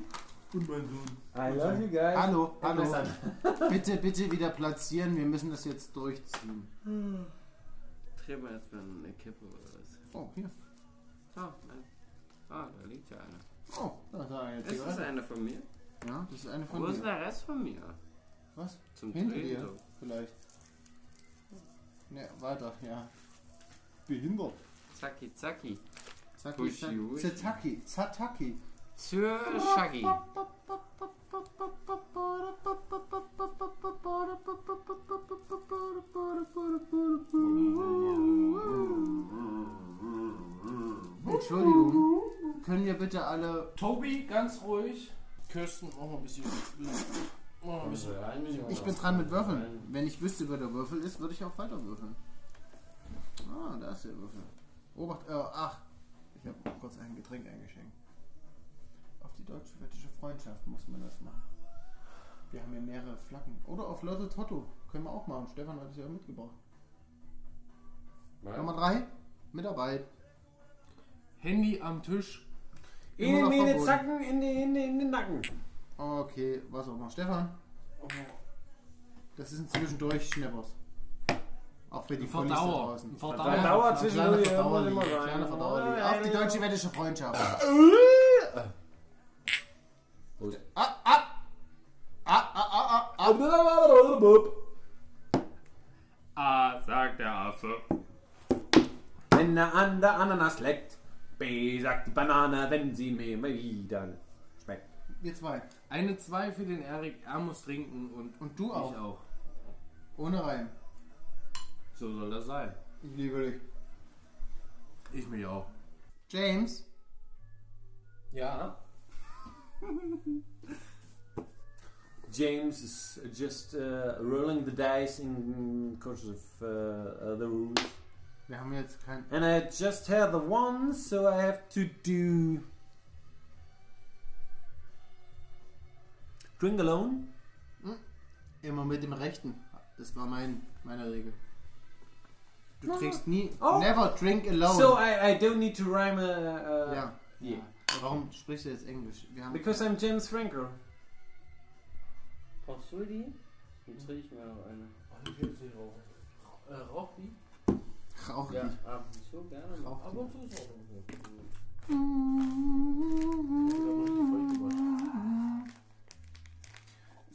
[SPEAKER 5] und mein Sohn.
[SPEAKER 2] I love you guys.
[SPEAKER 1] Hallo, hallo.
[SPEAKER 2] Interessant.
[SPEAKER 1] <laughs> Bitte, bitte wieder platzieren. Wir müssen das jetzt durchziehen.
[SPEAKER 4] Drehen wir erstmal eine Kippe oder was?
[SPEAKER 1] Oh, hier.
[SPEAKER 4] Ah, nein. Ah, da liegt ja einer.
[SPEAKER 1] Oh, da ist eine
[SPEAKER 4] Ist das
[SPEAKER 1] Zigarette.
[SPEAKER 4] einer von mir?
[SPEAKER 1] Ja, das ist eine
[SPEAKER 4] Wo
[SPEAKER 1] von
[SPEAKER 4] ist denn
[SPEAKER 1] dir.
[SPEAKER 4] der Rest von mir?
[SPEAKER 1] Was?
[SPEAKER 4] Zum
[SPEAKER 1] Hinter
[SPEAKER 4] Drehen
[SPEAKER 1] dir.
[SPEAKER 4] so.
[SPEAKER 1] Vielleicht. Ne, weiter, ja. Behindert.
[SPEAKER 4] Zacki, zacki.
[SPEAKER 1] Zacki,
[SPEAKER 4] Pushy,
[SPEAKER 1] Zacki.
[SPEAKER 4] pushy.
[SPEAKER 1] Zataki, Zataki.
[SPEAKER 4] Zur Shaggy.
[SPEAKER 1] Entschuldigung, können wir bitte alle.
[SPEAKER 5] Tobi, ganz ruhig. Kirsten, mach mal ein bisschen. Mach mal ein bisschen.
[SPEAKER 1] Ich bin dran mit Würfeln. Wenn ich wüsste, wer der Würfel ist, würde ich auch weiter würfeln. Ah, da ist der Würfel. Obacht, äh, ach. Ich habe kurz ein Getränk eingeschenkt. Auf die deutsch-schwedische Freundschaft muss man das machen. Wir haben hier mehrere Flaggen. Oder auf Lotte Totto. Können wir auch machen. Stefan hat es ja mitgebracht. Nummer 3, Mitarbeit.
[SPEAKER 5] Handy am Tisch.
[SPEAKER 2] In den
[SPEAKER 1] Immer noch
[SPEAKER 2] Mene
[SPEAKER 1] verboten.
[SPEAKER 2] zacken, in den, in den, in den Nacken.
[SPEAKER 1] Okay, was auch immer. Stefan.
[SPEAKER 5] Oh.
[SPEAKER 1] Das ist ein zwischendurch Schneppers. Auch für die
[SPEAKER 5] Ein
[SPEAKER 1] Vollis da
[SPEAKER 5] Verdauer.
[SPEAKER 1] draußen.
[SPEAKER 5] Ein
[SPEAKER 2] Verdauer.
[SPEAKER 5] Verdauer.
[SPEAKER 2] Dauer
[SPEAKER 1] Ein kleiner
[SPEAKER 2] zwischendurch, muss
[SPEAKER 1] Verdauerlied,
[SPEAKER 2] immer sein.
[SPEAKER 1] kleiner Verdauerlied. Auf die deutsch-schwedische Freundschaft. ah,
[SPEAKER 5] Ah, sagt der Affe.
[SPEAKER 2] Wenn er an der Ananas leckt, B sagt die Banane, wenn sie mir mal wieder schmeckt.
[SPEAKER 1] Wir zwei.
[SPEAKER 5] Eine 2 für den Erik. Er muss trinken und,
[SPEAKER 1] Und du auch.
[SPEAKER 5] ich auch.
[SPEAKER 1] Ohne Reim.
[SPEAKER 5] So soll das sein.
[SPEAKER 1] Ich liebe dich.
[SPEAKER 5] Ich mich auch.
[SPEAKER 1] James,
[SPEAKER 5] Ja.
[SPEAKER 2] James is just uh, rolling the dice in course of uh, uh, the rules.
[SPEAKER 1] wir haben jetzt kein.
[SPEAKER 2] And I just had the one, so I have to do. Drink alone?
[SPEAKER 1] Immer mit dem Rechten. Das war mein, meine Regel. Du trinkst nie. Never drink alone.
[SPEAKER 2] So I, I don't need to rhyme. Uh, uh,
[SPEAKER 1] ja.
[SPEAKER 2] yeah.
[SPEAKER 1] Warum sprichst du jetzt Englisch? Wir haben
[SPEAKER 2] Because I'm James Franco.
[SPEAKER 6] Brauchst du die? Dann trinke ich mir noch eine.
[SPEAKER 5] Äh, raucht die?
[SPEAKER 1] auch
[SPEAKER 6] Ja,
[SPEAKER 1] nicht.
[SPEAKER 6] ab und zu gerne. mal.
[SPEAKER 1] Auch nicht.
[SPEAKER 5] zu ist auch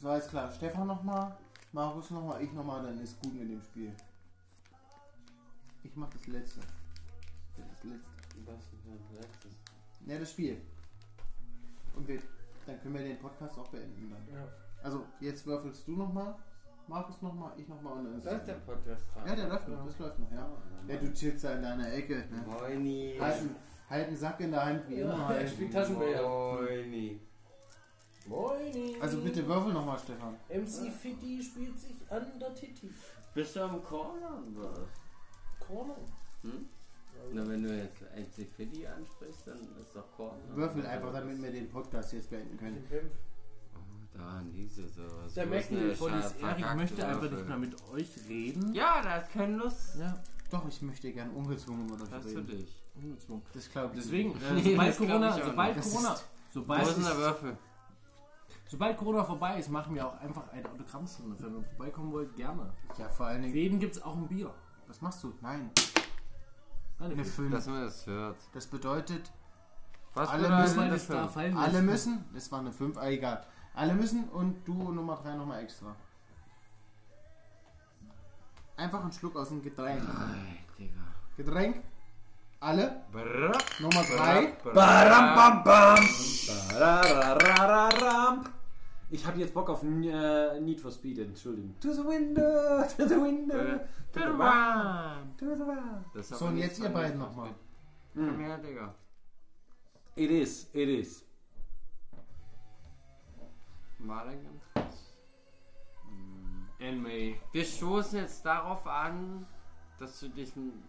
[SPEAKER 1] So, alles klar. Stefan nochmal, Markus nochmal, ich nochmal, dann ist gut mit dem Spiel. Ich mach das letzte. Das letzte.
[SPEAKER 6] Das ist ein letztes.
[SPEAKER 1] Ne, das Spiel. Und wir, dann können wir den Podcast auch beenden dann.
[SPEAKER 5] Ja.
[SPEAKER 1] Also, jetzt würfelst du nochmal, Markus nochmal, ich nochmal und dann ist
[SPEAKER 6] Läuft der Podcast dran?
[SPEAKER 1] Ja, der läuft noch, das läuft noch, ja. Ja, du chillst da in deiner Ecke. Ne?
[SPEAKER 6] Moini.
[SPEAKER 1] Halt, einen- halt einen Sack in der Hand, wie immer.
[SPEAKER 5] er
[SPEAKER 1] Halt.
[SPEAKER 5] spielt Taschenbär.
[SPEAKER 6] Moini.
[SPEAKER 5] Moini.
[SPEAKER 1] Also bitte würfel nochmal, Stefan.
[SPEAKER 5] MC Fitti spielt sich an der Titi.
[SPEAKER 4] Bist du am Corner oder was?
[SPEAKER 5] Corner.
[SPEAKER 4] Hm? Na, wenn du jetzt MC Fiddy ansprichst, dann ist doch ne? Corner.
[SPEAKER 1] Würfel einfach, damit wir den Podcast jetzt beenden können.
[SPEAKER 4] Da liegt es sowas.
[SPEAKER 5] Der Mächtige voll ist Erik möchte einfach nicht mehr mit euch reden.
[SPEAKER 4] Ja, da hat keine Lust.
[SPEAKER 5] Ja,
[SPEAKER 1] Doch, ich möchte gern ungezwungen mit euch
[SPEAKER 4] Hast du
[SPEAKER 1] reden.
[SPEAKER 4] dich?
[SPEAKER 5] ungezwungen.
[SPEAKER 1] Das glaube ich.
[SPEAKER 5] Deswegen, äh,
[SPEAKER 4] Nee,
[SPEAKER 5] sobald
[SPEAKER 4] das glaub ich
[SPEAKER 5] Corona,
[SPEAKER 4] auch
[SPEAKER 5] sobald
[SPEAKER 1] nicht.
[SPEAKER 5] Corona,
[SPEAKER 1] Das
[SPEAKER 4] Wo
[SPEAKER 5] sobald,
[SPEAKER 4] ist denn der Würfel?
[SPEAKER 5] sobald Corona vorbei ist, machen wir auch einfach eine Autogrammstunde. Wenn ihr vorbeikommen wollt, gerne.
[SPEAKER 1] nicht. Ja, vor allen Dingen.
[SPEAKER 5] Reden gibt es auch ein Bier.
[SPEAKER 1] Was machst du? Nein.
[SPEAKER 5] Nein,
[SPEAKER 1] Eine
[SPEAKER 5] ich-
[SPEAKER 1] 5.
[SPEAKER 4] Dass man das hört.
[SPEAKER 1] Das bedeutet,
[SPEAKER 4] Was
[SPEAKER 1] Alle
[SPEAKER 4] bedeutet
[SPEAKER 1] müssen
[SPEAKER 5] weil
[SPEAKER 4] eine
[SPEAKER 5] das da
[SPEAKER 4] Fünf?
[SPEAKER 5] fallen
[SPEAKER 1] alle
[SPEAKER 5] lässt.
[SPEAKER 1] müssen. Das war eine 5, ah, egal. Alle müssen und du Nummer 3 nochmal extra. Einfach einen Schluck aus dem Getränk.
[SPEAKER 4] Ey, Digga.
[SPEAKER 1] Getränk. Alle.
[SPEAKER 4] Brrr,
[SPEAKER 1] Nummer 3.
[SPEAKER 2] Baram, bam, bam. Barararararam. Ich habe jetzt Bock auf äh, Need for Speed, Entschuldigung. To the window, <laughs> to the
[SPEAKER 4] Äh.
[SPEAKER 2] window, to the wall, to the wall.
[SPEAKER 4] Das ist
[SPEAKER 1] So,
[SPEAKER 4] aber
[SPEAKER 1] und
[SPEAKER 4] nicht
[SPEAKER 1] jetzt ihr
[SPEAKER 4] von
[SPEAKER 1] beiden
[SPEAKER 4] mir.
[SPEAKER 1] nochmal.
[SPEAKER 4] Komm her, Digga.
[SPEAKER 2] It is, it is.
[SPEAKER 4] Marek.
[SPEAKER 5] Anne May.
[SPEAKER 4] Wir stoßen jetzt darauf an, dass du dich. n-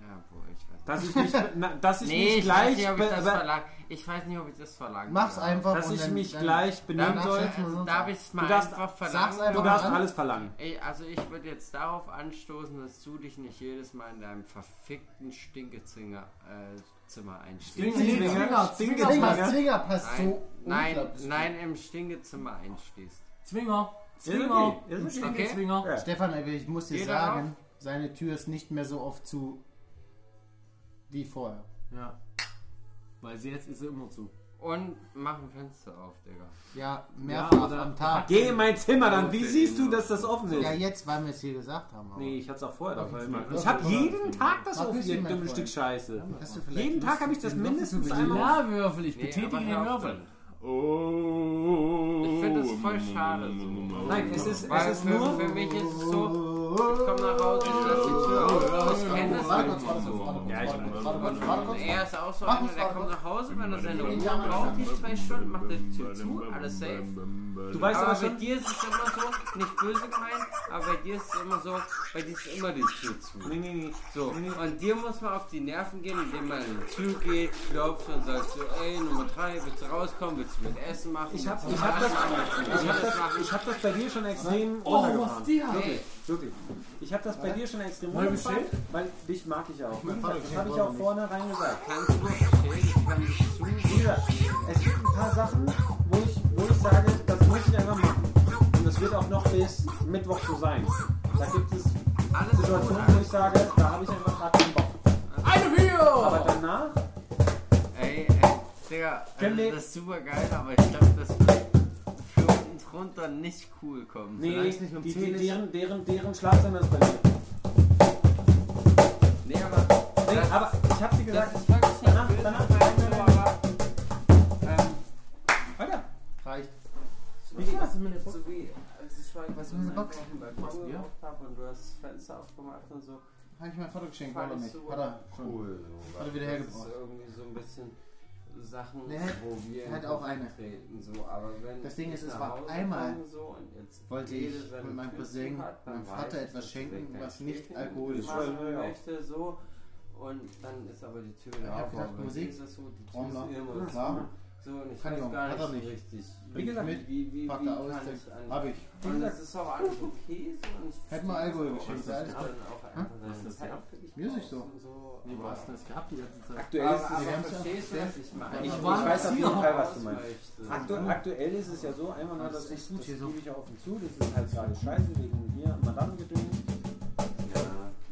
[SPEAKER 4] Ja, boah, ich weiß
[SPEAKER 2] Dass ich nicht, na, dass ich
[SPEAKER 4] Nee,
[SPEAKER 2] mich
[SPEAKER 4] ich
[SPEAKER 2] gleich,
[SPEAKER 4] weiß nicht, ob ich
[SPEAKER 2] be-
[SPEAKER 4] das
[SPEAKER 2] be-
[SPEAKER 4] verlange. Ich weiß nicht, ob ich das verlange.
[SPEAKER 1] Mach's einfach.
[SPEAKER 2] dass
[SPEAKER 1] und
[SPEAKER 2] ich
[SPEAKER 1] dann-
[SPEAKER 2] mich
[SPEAKER 1] dann-
[SPEAKER 2] gleich benehmen
[SPEAKER 1] Darf-
[SPEAKER 2] soll.
[SPEAKER 1] Sag's mal sonst
[SPEAKER 4] Darf ich es mal
[SPEAKER 2] Du darfst-
[SPEAKER 4] einfach
[SPEAKER 1] sag's
[SPEAKER 4] verlangen?
[SPEAKER 1] einfach.
[SPEAKER 2] Du darfst
[SPEAKER 1] an.
[SPEAKER 2] alles verlangen.
[SPEAKER 4] Ey, also ich würde jetzt darauf anstoßen, dass du dich nicht jedes Mal in deinem verfickten Stinkezinger äh, Zimmer einschließt.
[SPEAKER 5] Stinke-
[SPEAKER 2] Zwinger,
[SPEAKER 5] Zwinger,
[SPEAKER 2] Zwinger,
[SPEAKER 1] Zwinger,
[SPEAKER 2] Zwinger.
[SPEAKER 1] Zwinger passt
[SPEAKER 4] Nein,
[SPEAKER 1] so.
[SPEAKER 4] nein,
[SPEAKER 1] unglaublich
[SPEAKER 4] nein, im Stinkezimmer einschließt.
[SPEAKER 5] Zwinger.
[SPEAKER 2] Ist
[SPEAKER 5] Zwinger.
[SPEAKER 2] okay, ist
[SPEAKER 5] Stinke
[SPEAKER 4] okay.
[SPEAKER 5] Zwinger.
[SPEAKER 2] Ja.
[SPEAKER 1] Stefan, ich muss dir
[SPEAKER 4] Geht er
[SPEAKER 1] sagen, seine Tür ist nicht mehr so oft zu wie vorher.
[SPEAKER 5] Ja. Weil sie jetzt ist sie immer zu.
[SPEAKER 4] Und mach ein Fenster auf, Digga.
[SPEAKER 1] Ja, mehrfach
[SPEAKER 5] oder-
[SPEAKER 1] am Tag.
[SPEAKER 2] Geh in mein Zimmer dann. Wie
[SPEAKER 4] Okay.
[SPEAKER 2] siehst du, dass das offen
[SPEAKER 1] Ja,
[SPEAKER 2] ist?
[SPEAKER 1] jetzt, weil wir es hier gesagt haben. Aber
[SPEAKER 2] Nee, ich hab's auch vorher
[SPEAKER 1] Mach
[SPEAKER 2] dabei
[SPEAKER 1] ich
[SPEAKER 2] immer.
[SPEAKER 1] nicht.
[SPEAKER 2] Ich hab
[SPEAKER 1] Oder-
[SPEAKER 2] jeden Tag das
[SPEAKER 1] Mach
[SPEAKER 2] auf
[SPEAKER 1] ich
[SPEAKER 2] ihr
[SPEAKER 1] nicht, mein
[SPEAKER 2] dummes Stück
[SPEAKER 1] Freund.
[SPEAKER 2] Scheiße.
[SPEAKER 1] Hast du vielleicht
[SPEAKER 2] Jeden
[SPEAKER 1] Lust,
[SPEAKER 2] Tag hab ich das
[SPEAKER 1] den Löffel zu
[SPEAKER 2] mindestens
[SPEAKER 1] bedienen?
[SPEAKER 2] einmal.
[SPEAKER 5] Ja, Würfel, ich
[SPEAKER 4] Nee,
[SPEAKER 5] betätige
[SPEAKER 4] aber
[SPEAKER 5] den
[SPEAKER 4] hör auf
[SPEAKER 5] Würfel.
[SPEAKER 4] Ich finde es voll schade. So.
[SPEAKER 2] Nein, es ist, es
[SPEAKER 4] Weil
[SPEAKER 2] ist
[SPEAKER 4] für,
[SPEAKER 2] nur.
[SPEAKER 4] für mich ist es so, ich komm nach Hause, ich lass die Tür auf, ich kenn
[SPEAKER 1] Warte
[SPEAKER 4] das
[SPEAKER 1] kurz,
[SPEAKER 4] halt
[SPEAKER 1] warte
[SPEAKER 4] nicht
[SPEAKER 1] kurz,
[SPEAKER 4] so.
[SPEAKER 1] warte kurz,
[SPEAKER 2] Ja, ich
[SPEAKER 1] warte kurz,
[SPEAKER 2] weiß.
[SPEAKER 1] warte kurz, warte kurz.
[SPEAKER 4] Und er ist auch so
[SPEAKER 1] Mach
[SPEAKER 4] einer,
[SPEAKER 1] das,
[SPEAKER 4] der
[SPEAKER 1] warte
[SPEAKER 4] kommt
[SPEAKER 1] kurz.
[SPEAKER 4] nach Hause, wenn er seine Ruhe
[SPEAKER 1] Ja,
[SPEAKER 4] braucht, die zwei Stunden, macht er die Tür zu, alles safe.
[SPEAKER 2] Du weißt
[SPEAKER 4] aber
[SPEAKER 2] aber
[SPEAKER 4] bei
[SPEAKER 2] schon.
[SPEAKER 4] dir ist es immer so, nicht böse gemeint, aber bei dir ist es immer so, bei dir ist immer die Tür zu.
[SPEAKER 2] Nee, nee, nee.
[SPEAKER 4] So, und dir muss man auf die Nerven gehen, indem man in die Tür geht, klopft und sagt so, ey, Nummer 3, willst du rauskommen, willst du mit Essen machen?
[SPEAKER 2] Ich hab,
[SPEAKER 4] Willst
[SPEAKER 2] ich
[SPEAKER 4] du
[SPEAKER 2] hab das,
[SPEAKER 4] was machen? Willst
[SPEAKER 2] ich
[SPEAKER 4] du
[SPEAKER 2] hab
[SPEAKER 4] alles
[SPEAKER 2] das,
[SPEAKER 4] machen?
[SPEAKER 2] ich hab das bei dir schon extrem runtergefahren.
[SPEAKER 4] Ey,
[SPEAKER 2] Wirklich. Ich hab das bei dir schon extrem
[SPEAKER 5] Neu
[SPEAKER 2] runtergefahren,
[SPEAKER 5] bestellt?
[SPEAKER 2] weil dich mag ich auch.
[SPEAKER 1] mein Vater
[SPEAKER 2] Das
[SPEAKER 1] kennt
[SPEAKER 2] habe ich
[SPEAKER 1] Bäume
[SPEAKER 2] auch
[SPEAKER 1] nicht.
[SPEAKER 2] vorne rein gesagt.
[SPEAKER 4] kannst du verstehen, ich kann dich zu.
[SPEAKER 2] Wie gesagt, es gibt ein paar Sachen, wo ich, wo ich sage, das muss ich einfach machen. Und das wird auch noch bis Mittwoch so sein. Da gibt es
[SPEAKER 4] Alles gut,
[SPEAKER 2] Situationen, wo ich sage, da habe ich einfach gerade keinen Bock.
[SPEAKER 5] Eine Bier!
[SPEAKER 2] Aber danach
[SPEAKER 4] Ey, ey, Digga,
[SPEAKER 2] Können
[SPEAKER 4] also
[SPEAKER 2] wir-
[SPEAKER 4] das ist super geil, aber ich glaube, das wird für unten drunter nicht cool kommen.
[SPEAKER 2] Nee,
[SPEAKER 1] Vielleicht nicht um
[SPEAKER 2] die,
[SPEAKER 1] 10
[SPEAKER 2] die,
[SPEAKER 1] ist-
[SPEAKER 2] deren, deren, deren Schlafzimmer ist bei mir.
[SPEAKER 4] nee aber
[SPEAKER 2] Nee,
[SPEAKER 4] das,
[SPEAKER 2] aber ich hab dir
[SPEAKER 4] das
[SPEAKER 2] gesagt,
[SPEAKER 4] ist wirklich nicht
[SPEAKER 2] danach-
[SPEAKER 4] böse
[SPEAKER 2] danach-
[SPEAKER 4] gemeint, so, aber
[SPEAKER 2] Alter,
[SPEAKER 1] Reicht.
[SPEAKER 2] wie klar.
[SPEAKER 6] So wie, als ich war,
[SPEAKER 1] Was ist mit der Box?
[SPEAKER 6] auf dem
[SPEAKER 5] Was,
[SPEAKER 6] Balkon
[SPEAKER 5] Bier?
[SPEAKER 6] gemacht habe und du hast das Fenster aufgemacht und so.
[SPEAKER 1] Habe ich mein Vater geschenkt,
[SPEAKER 6] Fand
[SPEAKER 1] oder
[SPEAKER 6] ich
[SPEAKER 1] nicht?
[SPEAKER 6] so
[SPEAKER 1] Hat er schon.
[SPEAKER 4] Cool. So.
[SPEAKER 1] Hat er wieder
[SPEAKER 6] Das
[SPEAKER 1] hergebracht.
[SPEAKER 6] ist irgendwie so ein bisschen Sachen,
[SPEAKER 1] Nee,
[SPEAKER 6] wo wir
[SPEAKER 1] er
[SPEAKER 6] in
[SPEAKER 1] hat auch
[SPEAKER 6] Konflikt
[SPEAKER 1] eine.
[SPEAKER 6] treten. So, aber wenn
[SPEAKER 1] Das Ding
[SPEAKER 6] ich
[SPEAKER 1] ist, es
[SPEAKER 6] nach
[SPEAKER 1] war
[SPEAKER 6] Hause
[SPEAKER 1] einmal,
[SPEAKER 6] komme, so, und jetzt
[SPEAKER 1] Wollte
[SPEAKER 6] jede
[SPEAKER 1] ich
[SPEAKER 6] seine
[SPEAKER 1] mit meinem
[SPEAKER 6] Tür
[SPEAKER 1] Cousin,
[SPEAKER 6] zu hat, dann
[SPEAKER 1] meinem
[SPEAKER 6] weiß
[SPEAKER 1] Vater
[SPEAKER 6] ich,
[SPEAKER 1] etwas
[SPEAKER 6] dass
[SPEAKER 1] schenken,
[SPEAKER 6] ich
[SPEAKER 1] was
[SPEAKER 6] dann
[SPEAKER 1] nicht
[SPEAKER 6] stehe,
[SPEAKER 1] alkoholisch
[SPEAKER 2] war.
[SPEAKER 6] machen
[SPEAKER 2] Ja.
[SPEAKER 6] möchte, so. Und dann ist aber die Tür wieder
[SPEAKER 1] Ich hab
[SPEAKER 6] auf.
[SPEAKER 1] gedacht,
[SPEAKER 6] Aber
[SPEAKER 1] Musik,
[SPEAKER 6] dieses so, die Tür
[SPEAKER 1] Trommler.
[SPEAKER 6] ist immer
[SPEAKER 1] Klar.
[SPEAKER 7] So, und ich
[SPEAKER 1] Kann
[SPEAKER 7] weiß
[SPEAKER 1] ich
[SPEAKER 7] gar
[SPEAKER 1] auch. Hat
[SPEAKER 7] nicht,
[SPEAKER 1] er
[SPEAKER 7] so
[SPEAKER 1] nicht.
[SPEAKER 7] richtig.
[SPEAKER 1] Bring
[SPEAKER 2] gesagt,
[SPEAKER 1] mit,
[SPEAKER 7] Wie, wie, wie
[SPEAKER 1] pack
[SPEAKER 7] kann
[SPEAKER 1] da aus, denk-
[SPEAKER 7] ich an-
[SPEAKER 1] hab ich.
[SPEAKER 7] Und das ist auch alles okay. So, und ich
[SPEAKER 1] Hätten wir
[SPEAKER 7] verstehe
[SPEAKER 1] Alkohol
[SPEAKER 7] das auch,
[SPEAKER 1] geschenkt,
[SPEAKER 7] dass
[SPEAKER 1] wäre alles
[SPEAKER 7] das dann auch einfach
[SPEAKER 5] Hast du das
[SPEAKER 7] Zeit
[SPEAKER 5] gehabt?
[SPEAKER 7] wirklich
[SPEAKER 1] Mir ist nicht
[SPEAKER 7] brauchst
[SPEAKER 1] so.
[SPEAKER 7] und so.
[SPEAKER 5] Nee, wo hast du das gehabt die ganze Zeit?
[SPEAKER 2] Aktuell
[SPEAKER 7] Aber,
[SPEAKER 2] ist es
[SPEAKER 1] Wir
[SPEAKER 7] aber
[SPEAKER 1] haben's ja-
[SPEAKER 7] verstehst du, was ich meine?
[SPEAKER 5] Ich
[SPEAKER 7] Ich
[SPEAKER 5] war
[SPEAKER 7] weiß auf jeden Fall,
[SPEAKER 2] was du meinst. Aktu
[SPEAKER 7] Aktuell-
[SPEAKER 2] aktuell ist es ja so, einmal mal,
[SPEAKER 1] Mhm. Das
[SPEAKER 2] das,
[SPEAKER 1] ist
[SPEAKER 2] das,
[SPEAKER 1] gut
[SPEAKER 2] das
[SPEAKER 1] hier so.
[SPEAKER 2] gebe ich auch offen zu, das ist halt gerade scheiße wegen hier Madame-Gedöns.
[SPEAKER 7] Ja.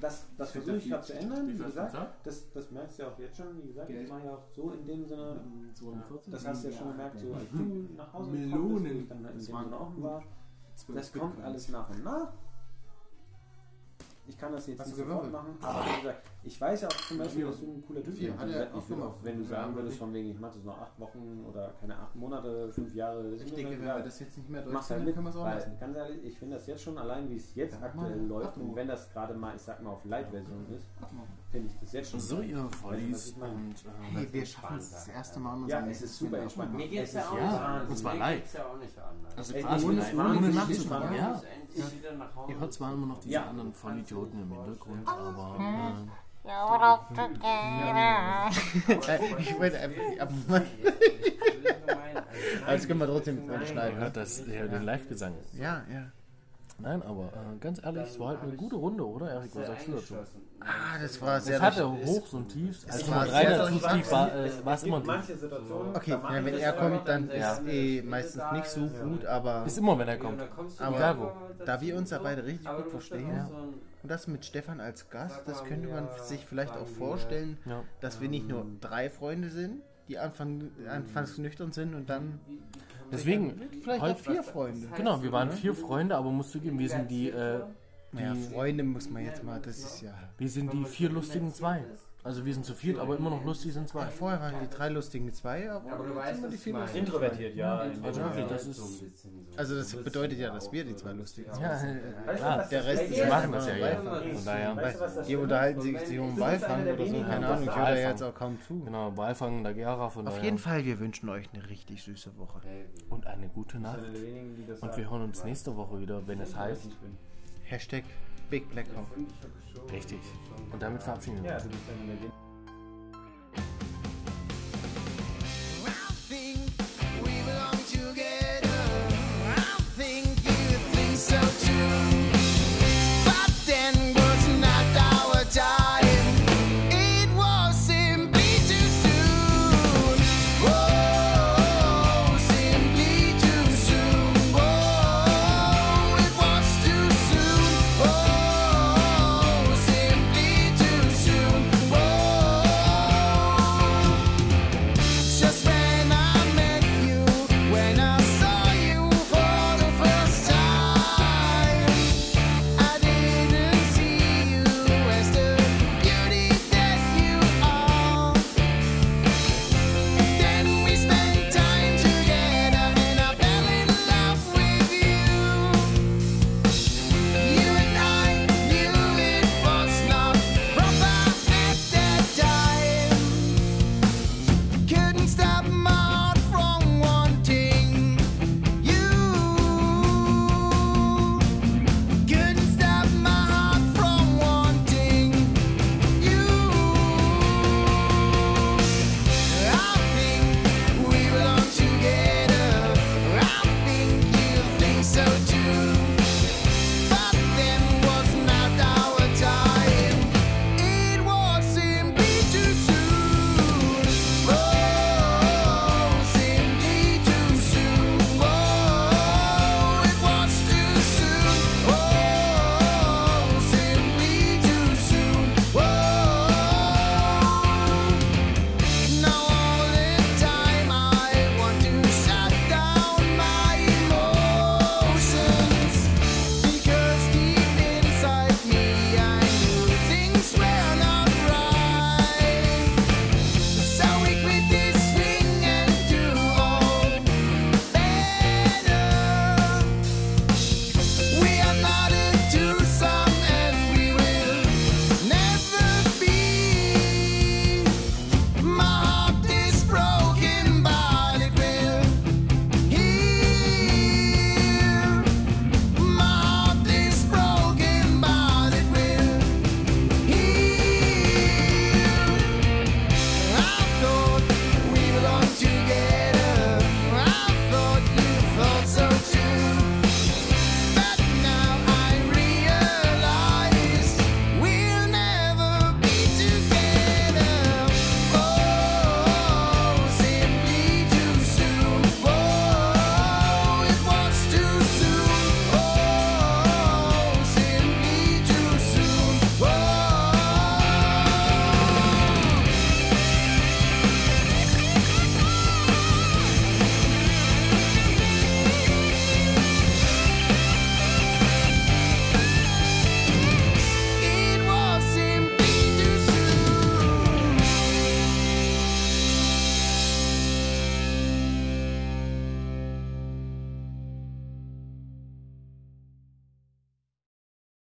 [SPEAKER 2] Das, das versuche ich gerade zu ändern, wie gesagt.
[SPEAKER 5] da?
[SPEAKER 2] Das, das merkst du ja auch jetzt schon, wie gesagt,
[SPEAKER 1] Geld.
[SPEAKER 2] ich mache ja auch so in dem Sinne,
[SPEAKER 5] 42?
[SPEAKER 2] das hast du ja schon gemerkt, so als du nach Hause
[SPEAKER 5] Melonen.
[SPEAKER 2] gekommen bist, wo ich dann in dem
[SPEAKER 5] Das waren
[SPEAKER 2] Sinne offen
[SPEAKER 5] gut.
[SPEAKER 2] war. Das kommt alles nach und nach. Ich kann das jetzt
[SPEAKER 1] Hast
[SPEAKER 2] nicht
[SPEAKER 1] du
[SPEAKER 2] sofort
[SPEAKER 1] gewürfelt?
[SPEAKER 2] machen. Aber wie gesagt, ich weiß ja auch zum Beispiel, dass du ein cooler Typ
[SPEAKER 1] Vier.
[SPEAKER 2] bist.
[SPEAKER 1] Hat er
[SPEAKER 2] Ich
[SPEAKER 1] auch
[SPEAKER 2] will
[SPEAKER 1] gemacht.
[SPEAKER 2] auch, wenn du
[SPEAKER 5] Ja,
[SPEAKER 2] sagen
[SPEAKER 5] aber
[SPEAKER 2] würdest,
[SPEAKER 5] nicht.
[SPEAKER 2] von wegen, ich mache das noch acht Wochen oder keine acht Monate, fünf Jahre.
[SPEAKER 1] Ich denke, wenn wir das jetzt nicht mehr
[SPEAKER 2] Also Mach's
[SPEAKER 1] durchziehen, dann
[SPEAKER 2] halt mit,
[SPEAKER 1] können wir es auch
[SPEAKER 2] weil,
[SPEAKER 1] lassen.
[SPEAKER 2] ganz ehrlich, ich finde das jetzt schon allein, wie es jetzt
[SPEAKER 1] Ja,
[SPEAKER 2] aktuell
[SPEAKER 1] Mann.
[SPEAKER 2] läuft
[SPEAKER 1] Ach du.
[SPEAKER 2] und wenn das gerade mal, ich sag mal, auf Light-Version ist, finde ich das jetzt schon
[SPEAKER 5] So, ihr
[SPEAKER 2] Vollis
[SPEAKER 5] Vollis
[SPEAKER 2] und,
[SPEAKER 5] und. ähm,
[SPEAKER 1] Hey, wir schaffen es das erste Mal mit
[SPEAKER 2] Ja,
[SPEAKER 1] unserem
[SPEAKER 2] es
[SPEAKER 1] nächsten
[SPEAKER 2] ist super
[SPEAKER 1] Kind.
[SPEAKER 2] entspannt.
[SPEAKER 7] Mir geht's ja auch
[SPEAKER 5] Ja,
[SPEAKER 7] nicht anders.
[SPEAKER 5] und zwar
[SPEAKER 7] Mir
[SPEAKER 5] live.
[SPEAKER 7] geht's ja auch nicht anders.
[SPEAKER 5] Also
[SPEAKER 2] Ey,
[SPEAKER 5] quasi
[SPEAKER 2] ohne-
[SPEAKER 5] live,
[SPEAKER 2] ohne
[SPEAKER 5] ohne
[SPEAKER 2] Nachzudenken,
[SPEAKER 5] nachzudenken, ja.
[SPEAKER 7] endlich wieder nach Hause.
[SPEAKER 5] Ihr hört zwar immer noch diese
[SPEAKER 2] Ja.
[SPEAKER 5] anderen Vollidioten im Hintergrund, aber. ähm,
[SPEAKER 1] Ich wollte einfach die abmachen.
[SPEAKER 7] Also
[SPEAKER 1] können wir trotzdem
[SPEAKER 5] Ihr hört das, ihr hört den Live-Gesang.
[SPEAKER 1] Ja, ja.
[SPEAKER 5] Nein, aber äh, ganz ehrlich, es war halt eine gute Runde, oder, Erik? Was sagst du dazu?
[SPEAKER 1] Ah, das war sehr
[SPEAKER 5] Es hatte Hochs und Tiefs. Also
[SPEAKER 1] war
[SPEAKER 5] mal
[SPEAKER 1] sehr
[SPEAKER 5] drei dazu
[SPEAKER 1] durchwachsen.
[SPEAKER 5] tief war, äh, war es immer ein Tief.
[SPEAKER 2] manche Situationen,
[SPEAKER 1] Okay, ja, wenn er kommt, dann ist eh meistens nicht so gut, aber
[SPEAKER 5] Ist immer, wenn er kommt.
[SPEAKER 1] Aber
[SPEAKER 5] Egal wo.
[SPEAKER 1] da wir uns ja beide richtig
[SPEAKER 7] Aber
[SPEAKER 1] gut
[SPEAKER 7] du musst dann
[SPEAKER 1] verstehen
[SPEAKER 7] auch so ein-
[SPEAKER 1] und das mit Stefan als Gast,
[SPEAKER 7] Sag
[SPEAKER 1] das
[SPEAKER 7] mal,
[SPEAKER 1] könnte man
[SPEAKER 7] wir
[SPEAKER 1] sich vielleicht auch
[SPEAKER 7] sagen, wir-
[SPEAKER 1] vorstellen,
[SPEAKER 5] Ja.
[SPEAKER 1] dass wir nicht nur drei Freunde sind, die anfang, anfangs nüchtern sind und dann
[SPEAKER 7] wie- wie kann man-
[SPEAKER 5] Deswegen,
[SPEAKER 1] vielleicht auch
[SPEAKER 5] heute,
[SPEAKER 1] vier Freunde.
[SPEAKER 5] genau, wir waren vier Freunde, aber musst zugeben, wir sind die, äh,
[SPEAKER 1] Ja,
[SPEAKER 5] die,
[SPEAKER 1] Freunde muss man jetzt mal, das ist ja...
[SPEAKER 5] wir sind die vier lustigen zwei. Also wir sind zu viert, aber immer noch lustig sind zwei.
[SPEAKER 1] Ja, vorher waren die drei lustigen zwei, aber,
[SPEAKER 7] Aber du
[SPEAKER 1] jetzt
[SPEAKER 7] weißt,
[SPEAKER 1] sind wir die
[SPEAKER 7] was
[SPEAKER 1] vier
[SPEAKER 7] ich meine.
[SPEAKER 1] lustigen
[SPEAKER 2] introvertiert, ja.
[SPEAKER 5] Also okay, das
[SPEAKER 7] so ein
[SPEAKER 5] ist,
[SPEAKER 7] bisschen so.
[SPEAKER 1] Also das
[SPEAKER 7] Du wirst
[SPEAKER 1] bedeutet ja,
[SPEAKER 7] auch,
[SPEAKER 1] dass wir die
[SPEAKER 7] äh,
[SPEAKER 1] zwei lustigen
[SPEAKER 5] ja,
[SPEAKER 1] sind.
[SPEAKER 5] äh, klar.
[SPEAKER 1] Der Rest ist
[SPEAKER 5] Wir machen
[SPEAKER 1] einfach
[SPEAKER 5] das ja
[SPEAKER 1] nur
[SPEAKER 5] hier.
[SPEAKER 1] Beifang.
[SPEAKER 5] Von daher,
[SPEAKER 2] Weißt du, was das
[SPEAKER 1] Die unterhalten sich, sich um Walfang
[SPEAKER 2] einer der
[SPEAKER 1] oder so,
[SPEAKER 2] wenigen,
[SPEAKER 1] keine
[SPEAKER 2] das
[SPEAKER 1] Ahnung, ich
[SPEAKER 2] ist
[SPEAKER 1] höre da
[SPEAKER 5] Walfang.
[SPEAKER 1] jetzt auch kaum zu.
[SPEAKER 5] genau, Walfang, Dagera, von
[SPEAKER 1] Auf
[SPEAKER 5] daher.
[SPEAKER 1] jeden Fall, wir wünschen euch eine richtig süße Woche.
[SPEAKER 5] Und eine gute Nacht. Und
[SPEAKER 2] halt
[SPEAKER 5] wir hören uns nächste Woche wieder, wenn es heißt.
[SPEAKER 1] Hashtag Big Blackout.
[SPEAKER 5] Richtig. Und damit verabschieden wir
[SPEAKER 2] Ja, also
[SPEAKER 5] uns.
[SPEAKER 2] du bist dann in der
[SPEAKER 8] Oh, Oh, Oh, Oh. Just when I met you, when I saw you for the first time, I didn't see you as the beauty that you are. Then we spent time together, and I fell in love with you. You and I knew it was not proper at that time couldn't stop my Oh, Oh. Oh, Oh, Oh,